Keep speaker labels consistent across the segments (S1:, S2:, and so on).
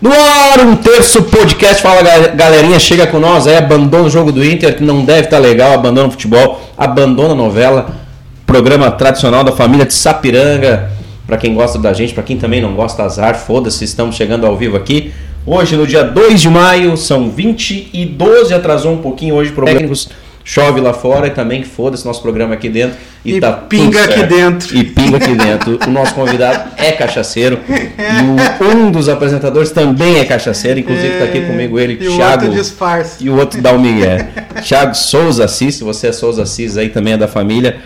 S1: No ar, um terço podcast. Fala ga- galerinha, chega com nós aí. Abandona o jogo do Inter, que não deve estar legal. Abandona o futebol, abandona a novela. Programa tradicional da família de Sapiranga. Pra quem gosta da gente, pra quem também não gosta, azar, foda-se. Estamos chegando ao vivo aqui. Hoje, no dia 2 de maio, são 20 e 12. Atrasou um pouquinho hoje, problemas técnicos. Chove lá fora e também foda-se nosso programa aqui dentro. E,
S2: E
S1: tá tudo
S2: pinga aqui
S1: certo.
S2: dentro.
S1: E pinga aqui dentro. O nosso convidado é cachaceiro. E o- um dos apresentadores também é cachaceiro. Inclusive está aqui comigo ele,
S2: É, e o
S1: Thiago.
S2: outro disfarce.
S1: E o outro dá o Miguel. Thiago Souza Assis. Se você é Souza Assis aí, também é da família.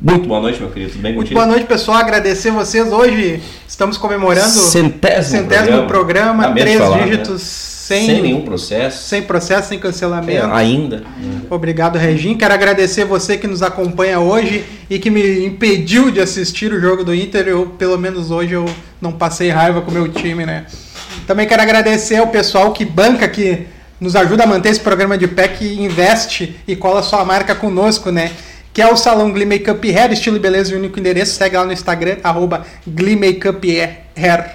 S1: Muito boa noite, meu querido. Tudo bem
S2: Muito
S1: contigo?
S2: boa noite, pessoal. Agradecer vocês. Hoje estamos comemorando
S1: Centésimo,
S2: centésimo programa,
S1: Acabei de
S2: três
S1: falar, né?
S2: dígitos sem,
S1: Sem nenhum processo.
S2: sem processo, sem
S1: É,
S2: cancelamento.
S1: ainda.
S2: Obrigado, Regim. Quero agradecer você que nos acompanha hoje e que me impediu de assistir o jogo do Inter. Eu, pelo menos hoje eu não passei raiva com o meu time, né? Também quero agradecer ao pessoal que banca, que nos ajuda a manter esse programa de pé, que investe e cola sua marca conosco, né? Que é o Salão Glee Makeup Hair, estilo e beleza e único endereço. Segue lá no Instagram, arroba Glee Makeup Hair.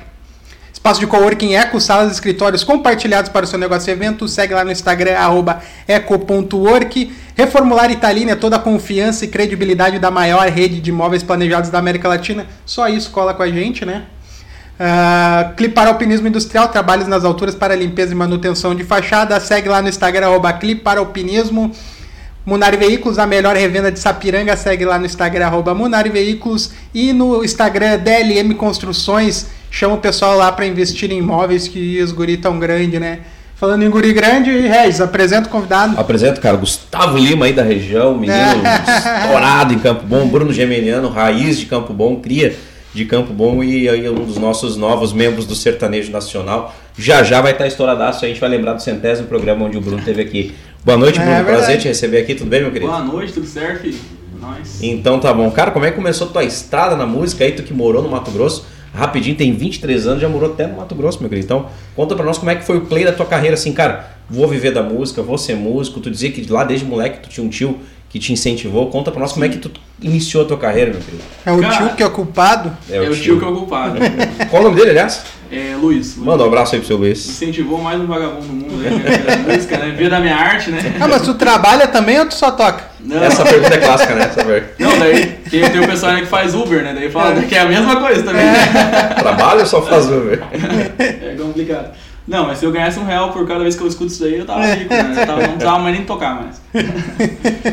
S2: Espaço de coworking Eco, salas e escritórios compartilhados para o seu negócio e evento. Segue lá no Instagram, arroba eco.work. Reformular Italina, toda a confiança e credibilidade da maior rede de imóveis planejados da América Latina. Só isso cola com a gente, né? Ah, Clipar Alpinismo Industrial, trabalhos nas alturas para limpeza e manutenção de fachada. Segue lá no Instagram, arroba Clipar Alpinismo. Munari Veículos, a melhor revenda de Sapiranga, segue lá no Instagram, arroba Munari Veículos. E no Instagram, DLM Construções, chama o pessoal lá para investir em imóveis que os guri tão grande, né? Falando em guri grande, Regis, apresenta o convidado.
S1: Apresento, cara, Gustavo Lima aí da região, menino
S2: É.
S1: estourado em Campo Bom, Bruno Gemeliano, raiz de Campo Bom, cria de Campo Bom e aí um dos nossos novos membros do Sertanejo Nacional. Já já vai estar estouradaço, a gente vai lembrar do centésimo programa onde o Bruno teve aqui. Boa noite,
S2: É
S1: Bruno.
S2: verdade.
S1: Prazer te receber aqui, tudo bem, meu querido?
S3: Boa noite, tudo certo? filho? Nós.
S1: Então tá bom. Cara, como é que começou tua estrada na música aí, tu que morou no Mato Grosso? Rapidinho, tem 23 anos, já morou até no Mato Grosso, meu querido. Então, conta pra nós como é que foi o play da tua carreira, assim, cara, vou viver da música, vou ser músico. Tu dizia que lá desde moleque tu tinha um tio que te incentivou. Conta pra nós como é que tu iniciou a tua carreira, meu querido.
S2: É o
S3: Cara.
S2: tio que é o culpado.
S3: É, o tio que é o culpado.
S1: Qual o nome dele, aliás?
S3: é Luiz. Luiz.
S1: Manda um abraço aí pro seu Luiz.
S3: Incentivou mais um vagabundo do mundo, né? Via da música, né? Via da minha arte, né?
S2: Ah, mas tu trabalha também ou tu só toca?
S3: Não,
S1: Essa pergunta é clássica, né? Essa pergunta.
S3: não daí tem, tem o pessoal né, que faz Uber, né? Daí fala que é a mesma coisa também.
S1: Trabalho ou só faz um, Uber?
S3: É complicado. Não, mas se eu ganhasse um real por cada vez que eu escuto isso daí, eu tava rico, né? Eu tava- não precisava mais nem tocar mais.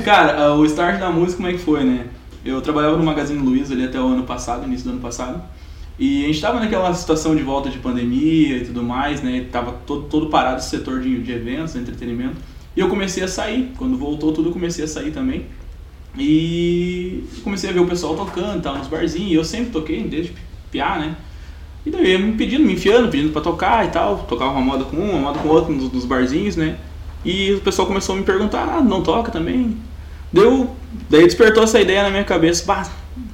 S3: Cara, ah, o start da música, como é que foi, né? Eu trabalhava no Magazine Luiza ali até o ano passado, início do ano passado. E a gente tava naquela situação de volta de pandemia e tudo mais, né? Tava todo, todo parado esse setor de, de eventos, entretenimento. E eu comecei a sair. Quando voltou tudo, eu comecei a sair também. E comecei a ver o pessoal tocando, tava nos barzinhos. E eu sempre toquei, desde piá, né? E daí eu me pedindo, me enfiando, pedindo pra tocar e tal. Tocava uma moda com um, uma moda com outro nos, nos barzinhos, né? E o pessoal começou a me perguntar, ah, não toca também? Deu, daí despertou essa ideia na minha cabeça, bah,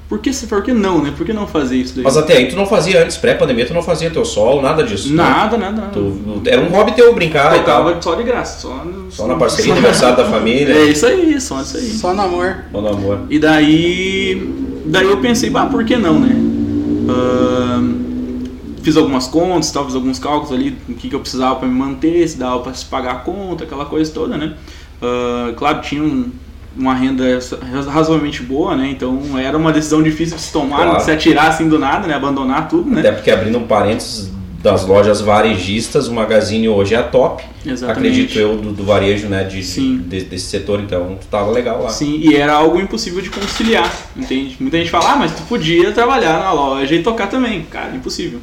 S3: por que, se- por que não, né? Por que não fazer isso daí?
S1: Mas é até aí tu não fazia antes, pré-pandemia, tu não fazia teu solo, nada disso. né?
S3: Nada, nada, nada.
S1: Tu- era um hobby teu brincar e tal.
S3: Tocava só de graça, só, no-
S1: Só na parceria, aniversário da família.
S3: É isso aí, só isso aí.
S2: Só no
S3: É.
S2: amor.
S1: Mano, amor.
S3: E daí. Daí eu pensei, bah, por que não, né? Ahn, fiz algumas contas, tal, fiz alguns cálculos ali, o que, que eu precisava pra me manter, se dava pra se pagar a conta, aquela coisa toda, né? Ah, claro, tinha um- uma renda ra- razoavelmente boa, né? Então era uma decisão difícil de se tomar,
S1: Claro.
S3: de se atirar assim do nada, né? Abandonar tudo, né?
S1: Até porque abrindo um parênteses das lojas varejistas, o Magazine hoje é a top. Acredito eu do, do varejo, né? De,
S3: Sim.
S1: de- desse setor, então tu tava legal lá.
S3: Sim, e era algo impossível de conciliar, entende? Muita gente fala, ah, mas tu podia trabalhar na loja e tocar também. Cara, impossível.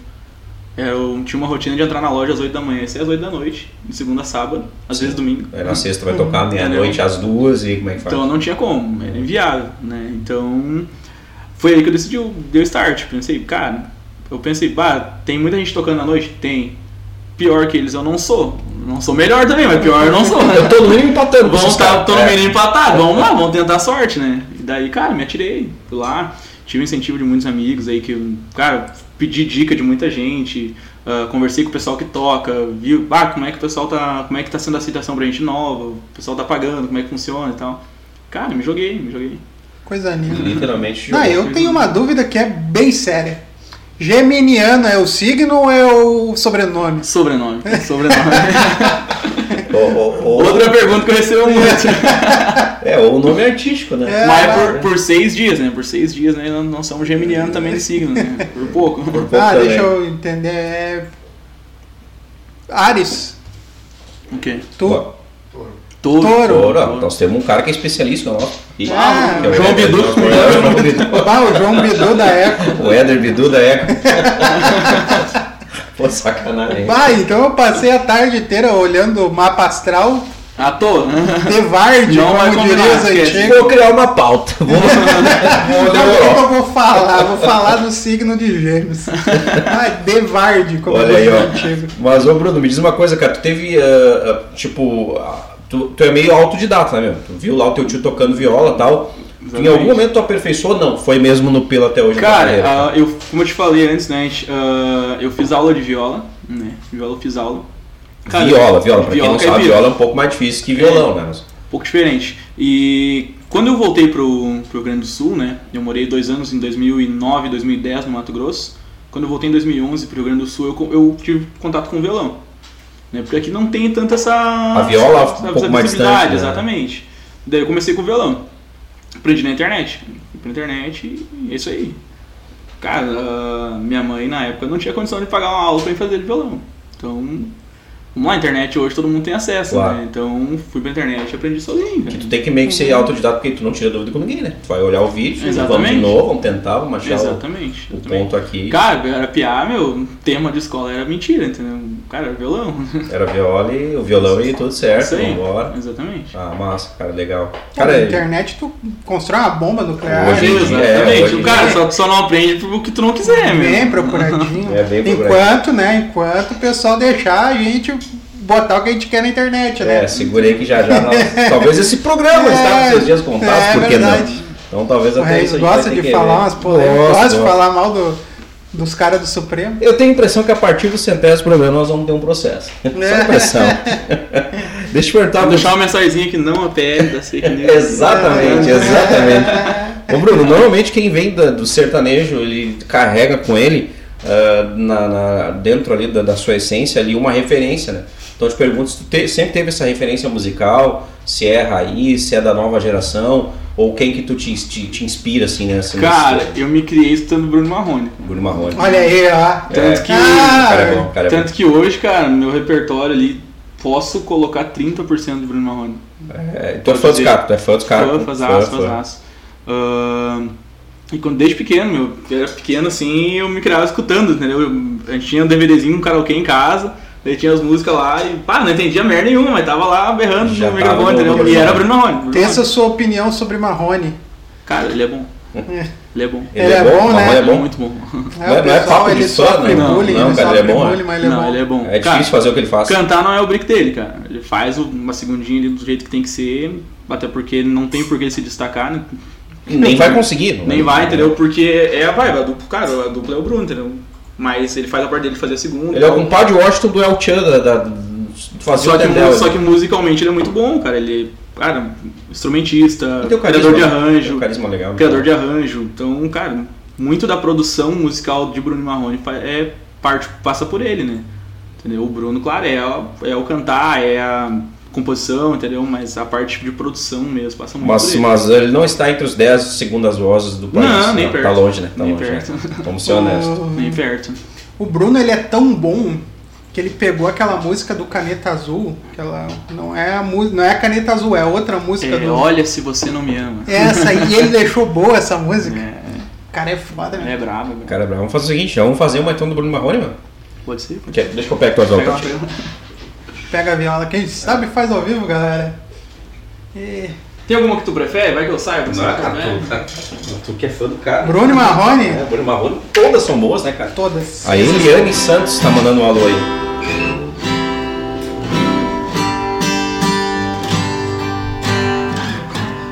S3: É, Eu tinha uma rotina de entrar na loja às 8 da manhã e sair às 8 da noite, de segunda a sábado, às vezes domingo.
S1: Aí na sexta vai tocar
S3: É,
S1: meia-noite às duas e como é que faz?
S3: Então não tinha como, era inviável, né? Então foi aí que eu decidi, eu dei o start. Pensei, cara, eu pensei, bah, tem muita gente tocando à noite? Tem. Pior que eles eu não sou. Não sou melhor também, mas pior eu não sou. né?
S1: eu tô no mínimo empatando. com
S3: Vamos
S1: esses
S3: tá,
S1: caras.
S3: tô no
S1: É.
S3: menino empatado, vamos lá, vamos tentar a sorte, né? E daí, cara, me atirei, fui lá, tive incentivo de muitos amigos aí que, cara, pedi dica de muita gente, ah, conversei com o pessoal que toca, viu, ah, como é que o pessoal tá, como é que tá sendo a aceitação pra gente nova, o pessoal tá pagando, como é que funciona e tal. Cara, me joguei, me joguei.
S2: Coisa linda.
S3: Uhum.
S2: Ah,
S1: Literalmente.
S2: Não,
S1: jogou.
S2: eu tenho uma dúvida que é bem séria. Geminiano é o signo ou é o sobrenome?
S3: Sobrenome, sobrenome.
S1: Ou- ou- ou-
S3: Outra pergunta que eu recebo muito.
S1: É, ou o nome artístico, né?
S2: É.
S3: Mas por, por seis dias, né? Por seis dias, né? Nós não somos geminiano também de signo, né? Por pouco.
S1: pouco.
S2: Ah,
S1: também.
S2: deixa eu entender. É. Ares.
S3: Ok.
S2: Tu.
S1: Ó,
S3: Touro.
S2: Touro.
S1: Touro, ó, nós temos um cara que é especialista nosso. E-
S2: Ah,
S1: que é o
S3: João
S1: Éder,
S3: Bidu.
S1: nosso colega, João Bidu.
S2: Ah, o João Bidu da Eco.
S1: O Éder Bidu da Eco. Pô, sacanagem.
S2: Vai, então eu passei a tarde inteira olhando o mapa astral
S3: À toa.
S2: de Varde,
S3: Não vai
S2: como diria
S3: combinar,
S2: os
S3: esquece.
S2: antigos.
S1: Vou criar uma pauta. Vou, vou
S2: Não, o que que
S1: demorar.
S2: eu vou falar? Vou falar do signo de gêmeos. Ah, Devarde, como
S1: Olha aí,
S2: diz o
S1: ó.
S2: antigo.
S1: Mas, ô Bruno, me diz uma coisa, cara. Tu teve, ah, ah, tipo... ah, Tu, tu é meio autodidata, né, meu? Tu viu lá o teu tio tocando viola e tal. Em
S3: Exatamente.
S1: algum momento tu aperfeiçoou? Não, foi mesmo no pelo até hoje.
S3: Cara,
S1: né?
S3: ah, eu, como eu te falei antes, né? a gente, ah, eu fiz aula de viola, né? Viola eu fiz aula. Cara,
S1: viola, viola. Pra quem não
S3: caipira.
S1: sabe, viola é um pouco mais difícil que violão, né? Mas-
S3: um pouco diferente. E quando eu voltei pro, pro Rio Grande do Sul, né? Eu morei dois anos em 2009, 2010 no Mato Grosso. Quando eu voltei em 2011 pro Rio Grande do Sul, eu, co- eu tive contato com o violão. Né? Porque aqui não tem tanta essa...
S1: A viola
S3: essa-
S1: um
S3: essa
S1: pouco mais
S3: visibilidade,
S1: distante, né?
S3: Exatamente. Daí eu comecei com o violão. Aprendi na internet. Fui pra internet e é isso aí. Cara, ah, minha mãe na época não tinha condição de pagar uma aula pra mim fazer de violão. Então, vamos lá, internet hoje todo mundo tem acesso,
S1: Claro.
S3: né? Então fui pra internet e aprendi sozinho.
S1: Tu
S3: Cara.
S1: tem que meio que ser autodidata porque tu não tira dúvida com ninguém, né? Tu vai olhar o vídeo, vamos de
S3: Exatamente.
S1: novo, vamos tentar, vamos achar o-
S3: Exatamente.
S1: o
S3: exatamente.
S1: ponto aqui.
S3: Cara, era piar, meu, tema de escola era mentira, entendeu? Cara, era violão.
S1: Era viola e o violão e tudo certo,
S3: Isso aí.
S1: vambora.
S3: Exatamente.
S1: Ah, massa, cara, legal.
S2: Cara, na
S1: Cara, é.
S2: internet tu constrói uma bomba nuclear.
S1: Hoje em dia, é,
S3: Exatamente.
S1: hoje em
S3: o cara
S2: dia.
S3: só, só não aprende o que tu não quiser, meu.
S2: Bem procuradinho.
S1: É, bem
S2: enquanto, né? Enquanto o pessoal deixar a gente botar o que a gente quer na internet, né?
S1: é, segurei que já já. nós- talvez esse programa
S2: É,
S1: está com seus dias contados,
S2: é
S1: por que
S2: verdade.
S1: não? Então talvez
S2: o
S1: até isso a
S2: Reis
S1: gente vai
S2: gosta
S1: ter
S2: de
S1: que
S2: falar
S1: ver.
S2: umas
S3: É,
S2: polêmicas,
S1: Gosto,
S2: gosta de
S1: gosto.
S2: falar mal do- dos caras do Supremo.
S1: Eu tenho a impressão que a partir do centésimo programa nós vamos ter um processo. Só
S2: É.
S1: impressão. Deixa eu perguntar,
S3: Vou
S1: Bruno.
S3: deixar uma mensagenzinha que não apere da fake news.
S1: Exatamente,
S2: É.
S1: exatamente. Ô Bruno, normalmente quem vem da- do sertanejo, ele carrega com ele, ah, na, na- dentro ali da, da sua essência, ali uma referência, né? Então eu te pergunto se tu te- sempre teve essa referência musical, se é raiz, se é da nova geração, ou quem que tu te, te, te inspira, assim, né? Assim,
S3: Cara,
S1: nesse-
S3: eu me criei estudando Bruno Marrone.
S1: Bruno Marrone.
S2: Olha aí, ó.
S1: Tanto
S3: que-
S1: O
S2: Ah,
S1: cara é bom, o cara é bom.
S3: Tanto que hoje, cara, no meu repertório ali, posso colocar 30% de Bruno Marrone.
S1: É, tu é fã dos caras, tu é fã dos caras.
S3: Fã,
S1: fã,
S3: fãzaço,
S1: fã.
S3: fãzaço. Ahn, e quando, desde pequeno, meu, eu era pequeno assim, eu me criava escutando, entendeu? Eu- a gente tinha um DVDzinho, um karaokê em casa, daí tinha as músicas lá e, pá, não entendia merda nenhuma, mas tava lá berrando
S1: Já
S3: no
S1: tava né?
S3: microfone,
S1: no-
S3: entendeu?
S1: no-
S3: E era Bruno Marrone. Bruno
S2: Tem essa
S3: Marrone.
S2: sua opinião sobre Marrone.
S3: Cara, ele é bom. Ele é bom.
S1: Ele é bom, né? é
S3: Ele é
S1: bom.
S3: muito bom.
S1: Não é- não é papo de
S2: ele
S1: fã,
S2: sofre
S1: não.
S2: bullying,
S1: Não,
S2: ele
S1: cara, ele
S2: sofre
S1: é bom, é.
S2: bullying, mas ele
S3: não,
S2: é bom.
S3: ele é bom.
S1: É difícil
S3: Cara,
S1: fazer o que ele faz.
S3: Cantar não é o brick dele, cara. Ele faz uma segundinha ali do jeito que tem que ser, até porque não tem por que ele se destacar, né?
S1: Nem vai conseguir. não
S3: Nem vai, entendeu? Porque é a vibe, a dupla, cara, a dupla é o Bruno, entendeu? Mas ele faz a parte dele fazer a segunda.
S1: Ele é o
S3: então-
S1: compadre Washington do El Chan, da, da, do fazer
S3: só,
S1: o
S3: que, mu-
S1: Tendel.
S3: só que musicalmente ele é muito bom, cara. Ele, cara, instrumentista,
S1: Ele tem um
S3: criador de
S1: carisma, tem um
S3: arranjo,
S1: carisma legal.
S3: criador de arranjo. Então, cara, muito da produção musical de Bruno Marrone fa- é parte passa por ele, né? Entendeu? O Bruno, claro, é, a- é o cantar, é a composição, entendeu? Mas a parte de produção mesmo passa muito por
S1: Mas,
S3: ele.
S1: mas ele não está entre os 10 segundas vozes do país.
S3: Não, nem
S1: Tá
S3: perto.
S1: longe, né? Tá
S3: Nem
S1: longe. né?
S3: perto.
S1: Vamos ser honestos.
S3: Nem perto.
S2: O Bruno ele é tão bom que ele pegou aquela música do Caneta Azul, que ela não é a música, não é a Caneta Azul, é outra música
S3: É,
S2: do É,
S3: olha se você não me ama.
S2: essa e ele deixou boa essa música.
S3: É,
S2: O cara é foda,
S3: é
S2: né?
S3: brabo, velho.
S1: Cara, vamos fazer o seguinte, já vamos fazer uma então do Bruno Marrone, mano.
S3: Pode ser, pode ser.
S1: Quer- Deixa eu pegar tuas
S3: Pega uma
S1: voltas.
S3: pergunta.
S2: Pega a viola, quem sabe faz ao vivo, galera. E...
S3: Tem alguma que tu prefere? Vai que eu saiba.
S4: Não,
S3: sabe?
S4: cara,
S3: É.
S4: tu, tá- tu que é fã do cara.
S2: Bruno e
S1: É,
S2: Marrone,
S1: Bruno Marrone, todas são boas, né, cara?
S2: todas.
S1: A Eliane Santos tá mandando um alô aí.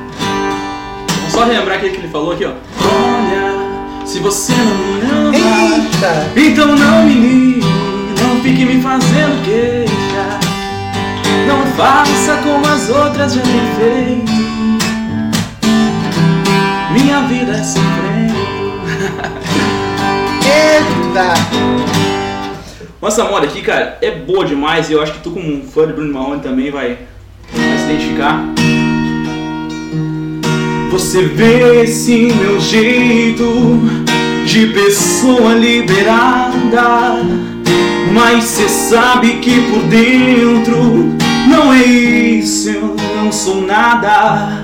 S3: Vamos só relembrar aqui que ele falou aqui, ó. Olha, se você não me ama,
S2: Eita!
S3: então não me ligue, não fique me fazendo queixa. Não faça como as outras já têm feito. Minha vida é sofrer.
S2: Eita! linda!
S3: Nossa moda aqui, cara, é boa demais e eu acho que tu, como um fã de Bruno Marrone, também vai, vai se identificar. Você vê esse meu jeito de pessoa liberada, mas cê sabe que por dentro não é isso, eu não sou nada.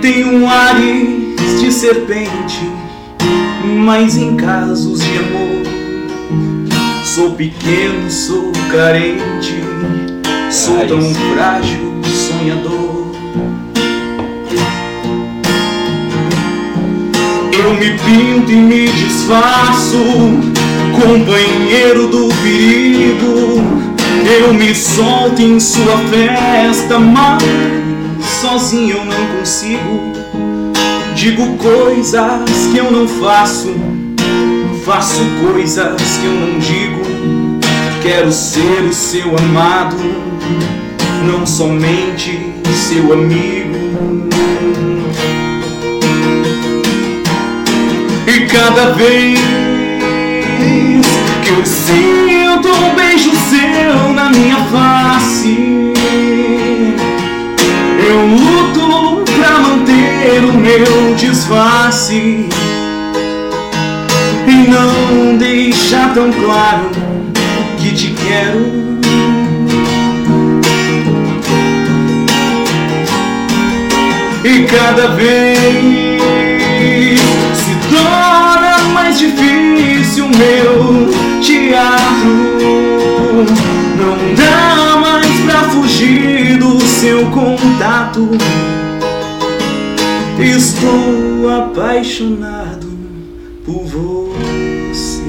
S3: Tenho um ares de serpente, mas em casos de amor Sou pequeno, sou carente, sou
S1: Ah,
S3: tão
S1: isso.
S3: frágil, sonhador. Eu me pinto e me disfarço, companheiro do perigo. Eu me solto em sua festa, mas sozinho eu não consigo. Digo coisas que eu não faço. Faço coisas que eu não digo. Quero ser o seu amado, não somente seu amigo. E cada vez que eu sinto um beijo seu na minha face, eu luto pra manter o meu disfarce e não deixa tão claro que te quero. E cada vez se torna mais difícil o meu teatro. Não dá mais pra fugir do seu contato. Estou apaixonado por você.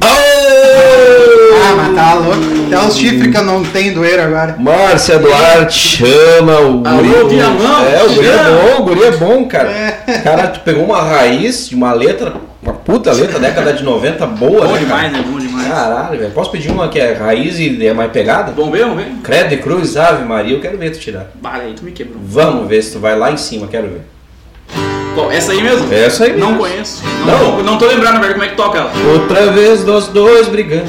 S2: Ah, mas tá louco. Até os chifres que eu não tenho doer agora.
S1: Márcia Duarte chama o guri.
S3: Alô, Viamão,
S1: É, o guri é
S3: chama.
S1: bom, o guri é bom, cara. Cara, tu pegou uma raiz de uma letra, uma puta letra, década de 90, boa,
S3: Bom
S1: né,
S3: demais, né? Bom demais.
S1: cara? Caralho, velho. Posso pedir uma que é raiz e é mais pegada?
S3: Bom ver, vamos ver?
S1: Credo e cruz, ave Maria, eu quero ver tu tirar.
S3: Para aí, tu me quebrou.
S1: Vamos ver se tu vai lá em cima, quero ver.
S3: Bom, essa aí mesmo?
S1: É essa aí.
S3: Não
S1: mesmo.
S3: conheço.
S1: Não?
S3: Não, não, tô lembrando, na verdade, como é que toca ela.
S1: Outra vez nós dois brigando,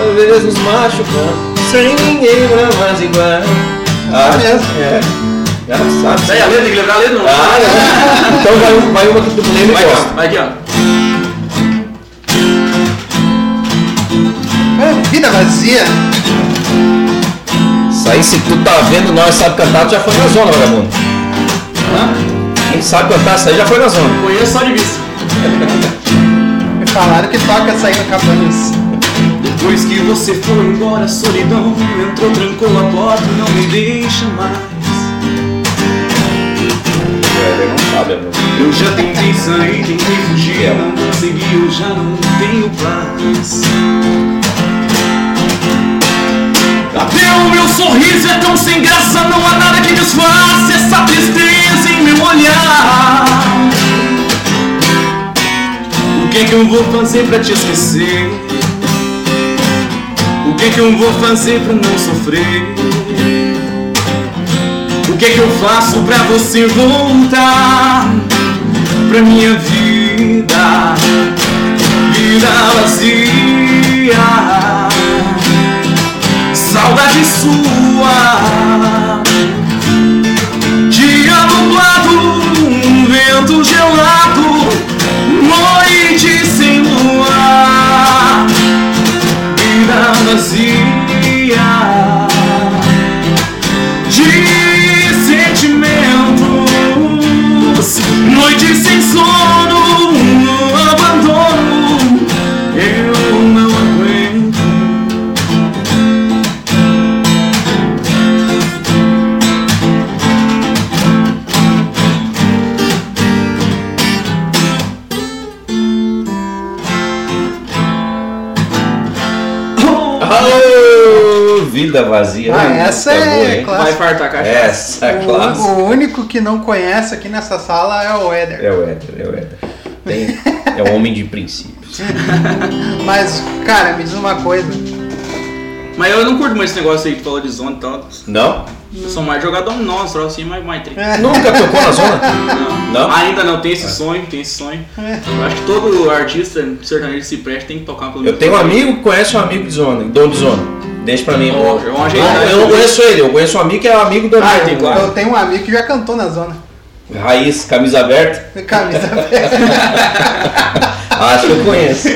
S1: outra vez nos machucando, sem ninguém pra mais igual. Ah,
S2: mesmo?
S1: é. Já sabe.
S3: Daí a letra, tem que lembrar a letra, não?
S1: Ah, não. Então vai, um- vai uma que tu lembra
S3: vai,
S1: e
S3: aqui,
S1: gosta.
S3: ó, vai aqui, ó.
S2: Ah, Vida vazia.
S1: Isso aí, se tu tá vendo nós sabe cantar, tu já foi na zona, vagabundo.
S3: Hã?
S1: Quem sabe cantar isso aí já foi na zona.
S3: Conheço só de vista.
S2: Me falaram que toca sair no cabanas.
S3: Depois que você foi embora, a solidão entrou, trancou a porta e não me deixa mais.
S1: É, não sabe, amor.
S3: Eu já tentei sair, tentei fugir, não consegui, eu já não tenho paz. Até o meu sorriso é tão sem graça, não há nada que disfarce essa tristeza em meu olhar. O que é que eu vou fazer pra te esquecer? O que é que eu vou fazer pra não sofrer? O que é que eu faço pra você voltar pra minha vida? Vida vazia, saudade sua. Dia nublado, um vento gelado, noite sem luar. Vida vazia de sentimentos, noite sem sono, um abandono. Eu não aguento.
S1: Oh, vida vazia.
S2: Ah,
S1: Hum,
S2: essa
S1: tá boa,
S2: é
S1: hein?
S2: clássica.
S3: fartar a caixa.
S1: Essa é
S2: O-
S1: clássica.
S2: O único que não conhece aqui nessa sala é o Éder.
S1: É o Éder, é o Éder. Tem- é um homem de princípios.
S2: Mas, cara, me diz uma coisa.
S3: Mas eu não curto mais esse negócio aí que tu falou de zona e tal.
S1: Não?
S3: Eu sou mais jogador dominó, uns troços assim, mas mais tri.
S1: Nunca tocou na zona?
S3: Não. É.
S1: Não?
S3: Ainda não, tem esse sonho, tem esse sonho. Eu acho que todo artista sertanejo que se presta tem que tocar pelo
S1: Eu
S3: menos
S1: tenho um
S3: uma vez.
S1: amigo que conhece um amigo de zona, dono de zona. Deixa pra mim.
S3: Ó,
S1: eu,
S3: João ajeitado.
S1: eu não conheço ele, eu conheço um amigo que é um amigo do
S3: Ah,
S1: amigo.
S3: tem claro.
S2: Eu tenho um amigo que já cantou na zona.
S1: Raiz, camisa aberta.
S2: Camisa aberta.
S1: Acho que eu conheço.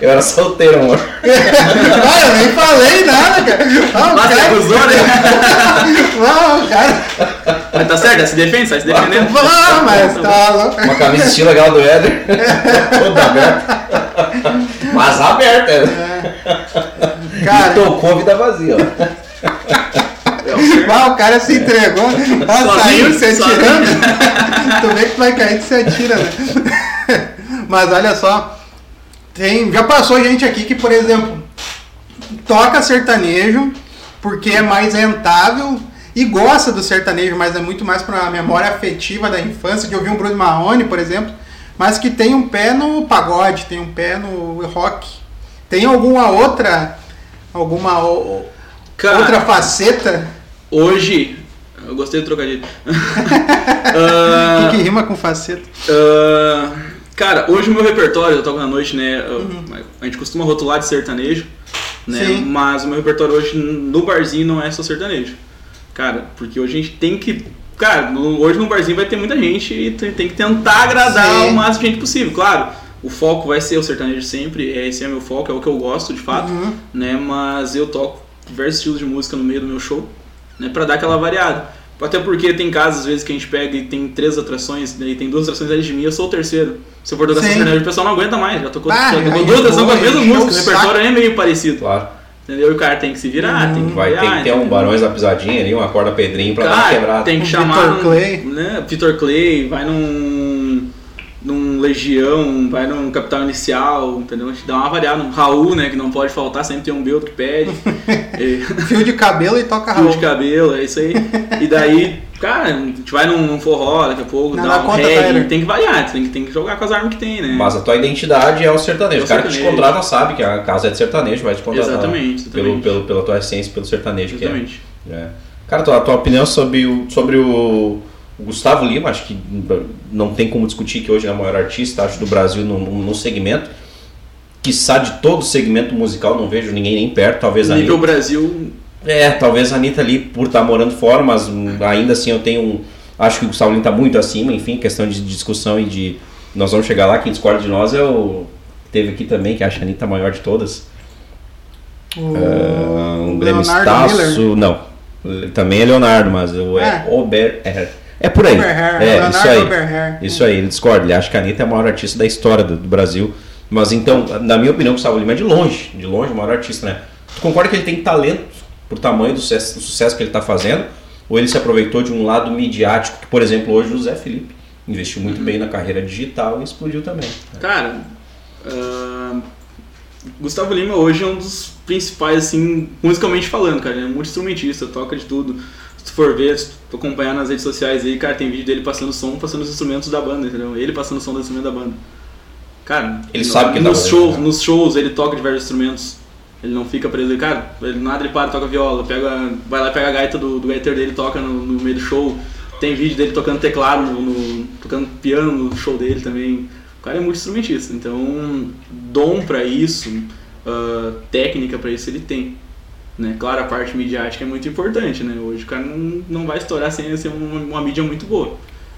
S1: eu era solteiro, amor.
S2: Ah, eu nem falei nada, cara. Não,
S3: Ah, você
S2: cara.
S3: acusou, né?
S2: Não, cara.
S3: Mas tá certo, se defende, sai se defendendo.
S2: Não, mas tá louco.
S1: Uma camisa estilo aquela do Éder. Toda aberta. Mas aberta. né? Então,
S2: Cara.
S1: E tocou vida vazia, tá ó.
S2: Bah, o cara se entregou, ah, saiu
S3: Sozinho,
S2: se
S3: sozinho.
S2: atirando. tu vê que tu vai cair que se atira, né? Mas olha só, tem, já passou gente aqui que, por exemplo, toca sertanejo porque é mais rentável e gosta do sertanejo, mas é muito mais pra memória afetiva da infância, de ouvir um Bruno Marrone, por exemplo, mas que tem um pé no pagode, tem um pé no rock. Tem alguma outra, alguma o-
S3: Cara.
S2: outra faceta
S3: Hoje, eu gostei do trocadilho. Ah,
S2: que, que rima com faceta?
S3: Ah, cara, hoje o meu repertório, eu toco na noite, né? eu- A gente costuma rotular de sertanejo, né?
S2: Uhum. Sim.
S3: Mas o meu repertório hoje no barzinho não é só sertanejo. Cara, porque hoje a gente tem que. Cara, no- hoje no barzinho vai ter muita gente e tem, tem que tentar agradar
S2: Sim.
S3: o máximo de gente possível. Claro, o foco vai ser o sertanejo sempre, é- esse é meu foco, é o que eu gosto de fato,
S2: Uhum.
S3: né? Mas eu toco diversos estilos de música no meio do meu show né, para dar aquela variada. Até porque tem casos, às vezes, que a gente pega e tem três atrações, né, e tem duas atrações antes de mim, eu sou o terceiro. Se eu for tocar
S2: Sim.
S3: sertanejo, o pessoal não aguenta mais, já tocou,
S2: Ah,
S3: já
S2: aí
S3: tocou duas atrações com as
S2: foi,
S3: mesmas
S2: encheu
S3: músicas,
S2: o
S3: o repertório é meio parecido,
S1: Claro.
S3: entendeu? E o cara tem que se virar,
S2: Uhum.
S3: tem que
S1: Vai ter
S3: variar,
S1: que ter um
S3: entendeu?
S1: barões da pisadinha ali, uma corda pedrinho pra dar uma
S3: Cara,
S1: quebrada.
S3: tem que
S2: Um
S3: chamar
S2: Vitor Clay.
S3: um, né, Vitor Clay, vai num num Legião, vai num Capital Inicial, entendeu? A gente dá uma variada, um Raul, né, que não pode faltar, sempre tem um Beldo que pede. E-
S2: Fio de cabelo e toca
S3: fio
S2: Raul.
S3: de cabelo, é isso aí. E daí, cara, a gente vai num, num forró daqui a pouco,
S2: Não
S3: dá
S2: dá
S3: um
S2: conta,
S3: reggae,
S2: Tyler.
S3: tem que variar, tem que, tem que jogar com as armas que tem, né?
S1: Mas a tua identidade é o sertanejo.
S3: É o
S1: O cara que te
S3: sertanejo.
S1: contrata sabe que a casa é de sertanejo, vai te contratar.
S3: Exatamente,
S1: né? Pelo,
S3: exatamente.
S1: pelo, pela tua essência, pelo sertanejo
S3: Exatamente.
S1: que é. é. Cara, tua, tua opinião sobre, o, sobre o, o Gustavo Lima, acho que não tem como discutir que hoje é o maior artista, acho, do Brasil no, no, no segmento. Quiçá de todo o segmento musical, não vejo ninguém nem perto, talvez a
S3: Nível Brasil,
S1: é, talvez a Anitta ali por estar morando fora, mas hum, ainda assim eu tenho um. Acho que o Gustavo Lima tá muito acima, enfim, questão de discussão e de. Nós vamos chegar lá, quem discorda de nós é o. Teve aqui também, que acha a Anitta a maior de todas.
S2: O
S1: Ah, um Grêmio
S2: Leonardo Miller.
S1: Estaço. Não. Le- Também é Leonardo, mas o é,
S2: É.
S1: Oberher. É por aí.
S2: Oberher,
S1: é,
S2: Leonardo
S1: isso aí.
S2: Oberher.
S1: Isso aí, ele discorda. Ele acha que a Anitta é a maior artista da história do, do Brasil. Mas então, na minha opinião, o Gustavo Lima é de longe, de longe o maior artista, né? Tu concorda que ele tem talento pro tamanho do sucesso, do sucesso que ele tá fazendo? Ou ele se aproveitou de um lado midiático, que, por exemplo, hoje o Zé Felipe investiu
S2: Uhum.
S1: muito bem na carreira digital e explodiu também.
S3: cara. ah, Gustavo Lima hoje é um dos principais, assim, musicalmente falando, cara. Ele é muito instrumentista, toca de tudo. Se tu for ver, se tu acompanhar nas redes sociais aí, cara, tem vídeo dele passando som, passando os instrumentos da banda, entendeu? Ele passando o som do instrumento da banda. Cara,
S1: Ele sabe que ele tá
S3: nos
S1: fazendo,
S3: shows,
S1: né?
S3: nos shows ele toca diversos instrumentos. Ele não fica preso. Cara, ele nada, ele para, toca viola, pega, vai lá e pega a gaita do, do gaiteiro dele, toca no, no meio do show. Tem vídeo dele tocando teclado, no, no- tocando piano no show dele também. O cara é muito instrumentista, então dom pra isso, ah, técnica pra isso ele tem. Né? Claro, a parte midiática é muito importante, né? Hoje o cara não, não vai estourar sem ser uma, uma mídia muito boa.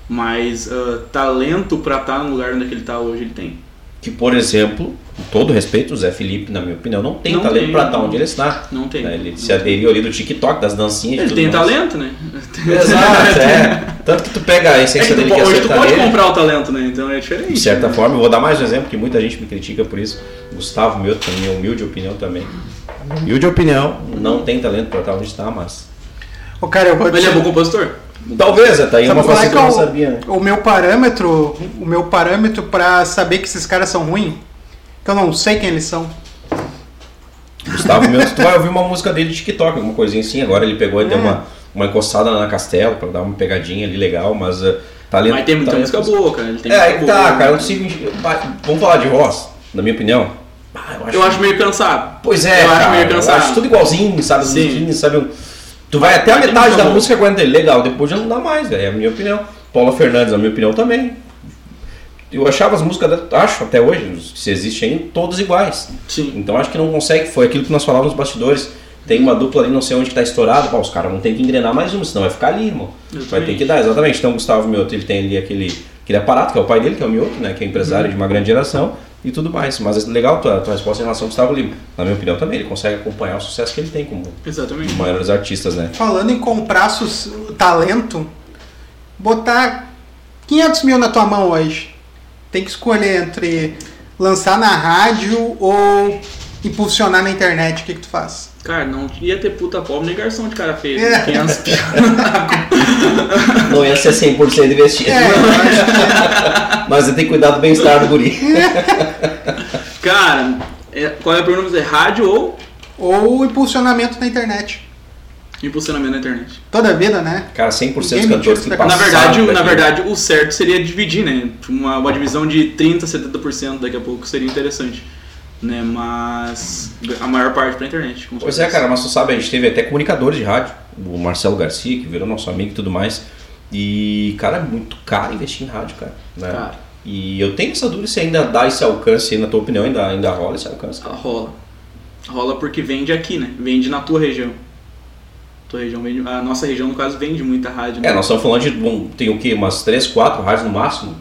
S3: Mas ah, talento pra estar no lugar onde ele tá hoje, ele tem.
S1: Que, por exemplo, com todo respeito, o Zé Felipe, na minha opinião, não tem
S3: Não
S1: talento
S3: tem.
S1: pra estar onde ele está.
S3: Não tem.
S1: Né? Ele se aderiu ali do TikTok, das dancinhas. e
S3: Ele
S1: tudo
S3: tem
S1: mais.
S3: talento, né?
S1: Exato, é. Tanto que tu pega a
S3: É que
S1: essência
S3: tu
S1: dele
S3: po-
S1: que é
S3: hoje tu pode
S1: sertanejo,
S3: comprar o talento, né? Então é diferente.
S1: de certa forma, eu vou dar mais um exemplo que muita gente me critica por isso. Gustavo, meu, também, minha humilde opinião também. Humilde opinião, não tem talento pra estar onde está, mas.
S2: O cara, eu vou
S3: Mas
S2: te-
S3: ele é bom compositor.
S1: Talvez, até aí é
S2: Sabe
S1: uma
S2: qual
S1: coisa
S2: é
S1: que eu não
S2: que é o-
S1: sabia. né?
S2: O meu parâmetro, o meu parâmetro para saber que esses caras são ruins, que eu não sei quem eles são.
S1: Gustavo Mendes, tu vai ouvir uma música dele de TikTok, alguma coisinha assim. Agora ele pegou e
S3: É.
S1: deu uma, uma encostada na Castelo pra dar uma pegadinha ali legal, mas eh, talento.
S3: Mas tem muita
S1: talento-
S3: música boa, cara. Ele tem
S1: É,
S3: muita
S1: aí que tá,
S3: boa. né?
S1: cara. Eu não consigo. enxer- Vamos falar de voz, na minha opinião. Ah,
S3: Eu acho meio cansado.
S1: Pois é,
S3: Eu
S1: cara,
S3: acho meio
S1: eu
S3: cansado.
S1: acho tudo igualzinho, sabe? Os
S3: Sim. é
S1: meninos, sabe? Tu vai até a
S3: Tem
S1: metade
S3: muita
S1: da
S3: boa.
S1: música aguenta ele legal, depois já não dá mais, velho. É a minha opinião. Paula Fernandes, a minha opinião também. Eu achava as músicas, dela- acho até hoje, se existe ainda, todas iguais.
S3: Sim.
S1: Então acho que não consegue, foi aquilo que nós falávamos nos bastidores. Tem uma dupla ali, não sei onde que tá estourado. Pá, os caras vão ter que engrenar mais uma, senão vai ficar ali, irmão. Vai ter que dar, exatamente. Então o Gustavo Mioto, ele tem ali aquele, aquele aparato, que é o pai dele, que é o Mioto, né? Que é empresário de uma grande geração e tudo mais. Mas é legal a tua, tua resposta em relação ao Gustavo Lima. Na minha opinião também, ele consegue acompanhar o sucesso que ele tem como um dos
S3: Exatamente.
S1: maiores artistas, né?
S2: Falando em comprar su- talento, botar 500 mil na tua mão hoje. Tem que escolher entre lançar na rádio ou impulsionar na internet. O que, que tu faz?
S3: Cara, não ia ter puta pobre nem garçom de cara feia.
S2: É.
S3: 500 pi-
S1: Não ia ser 100% investido.
S2: É, eu acho que
S1: Mas ele tem que cuidar do bem-estar do guri.
S3: Cara, é, qual é a pergunta? É rádio ou
S2: Ou impulsionamento na internet.
S3: impulsionamento na internet?
S2: Toda a vida, né?
S1: Cara, 100% dos
S2: Ninguém mentiu
S1: cantores
S2: que
S1: que
S2: tá-
S1: passaram.
S3: na verdade, o- na
S1: daqui.
S3: verdade, o certo seria dividir, né? Uma, uma divisão de 30, 70% daqui a pouco seria interessante. Né? Mas a maior parte pra internet. com
S1: Pois é,
S3: certeza.
S1: cara, mas tu sabe, a gente teve até comunicadores de rádio, o Marcelo Garcia, que virou nosso amigo e tudo mais. E, cara, é muito caro investir em rádio, cara. né?
S3: Cara,
S1: E eu tenho essa dúvida se ainda dá esse alcance, na tua opinião, ainda, ainda rola esse alcance.
S3: ah, rola. Rola porque vende aqui, né? Vende na tua região. Tua região vende. A nossa região, no caso, vende muita rádio. né?
S1: É, nós estamos falando de, bom, tem o quê? Umas 3, 4 rádios no máximo?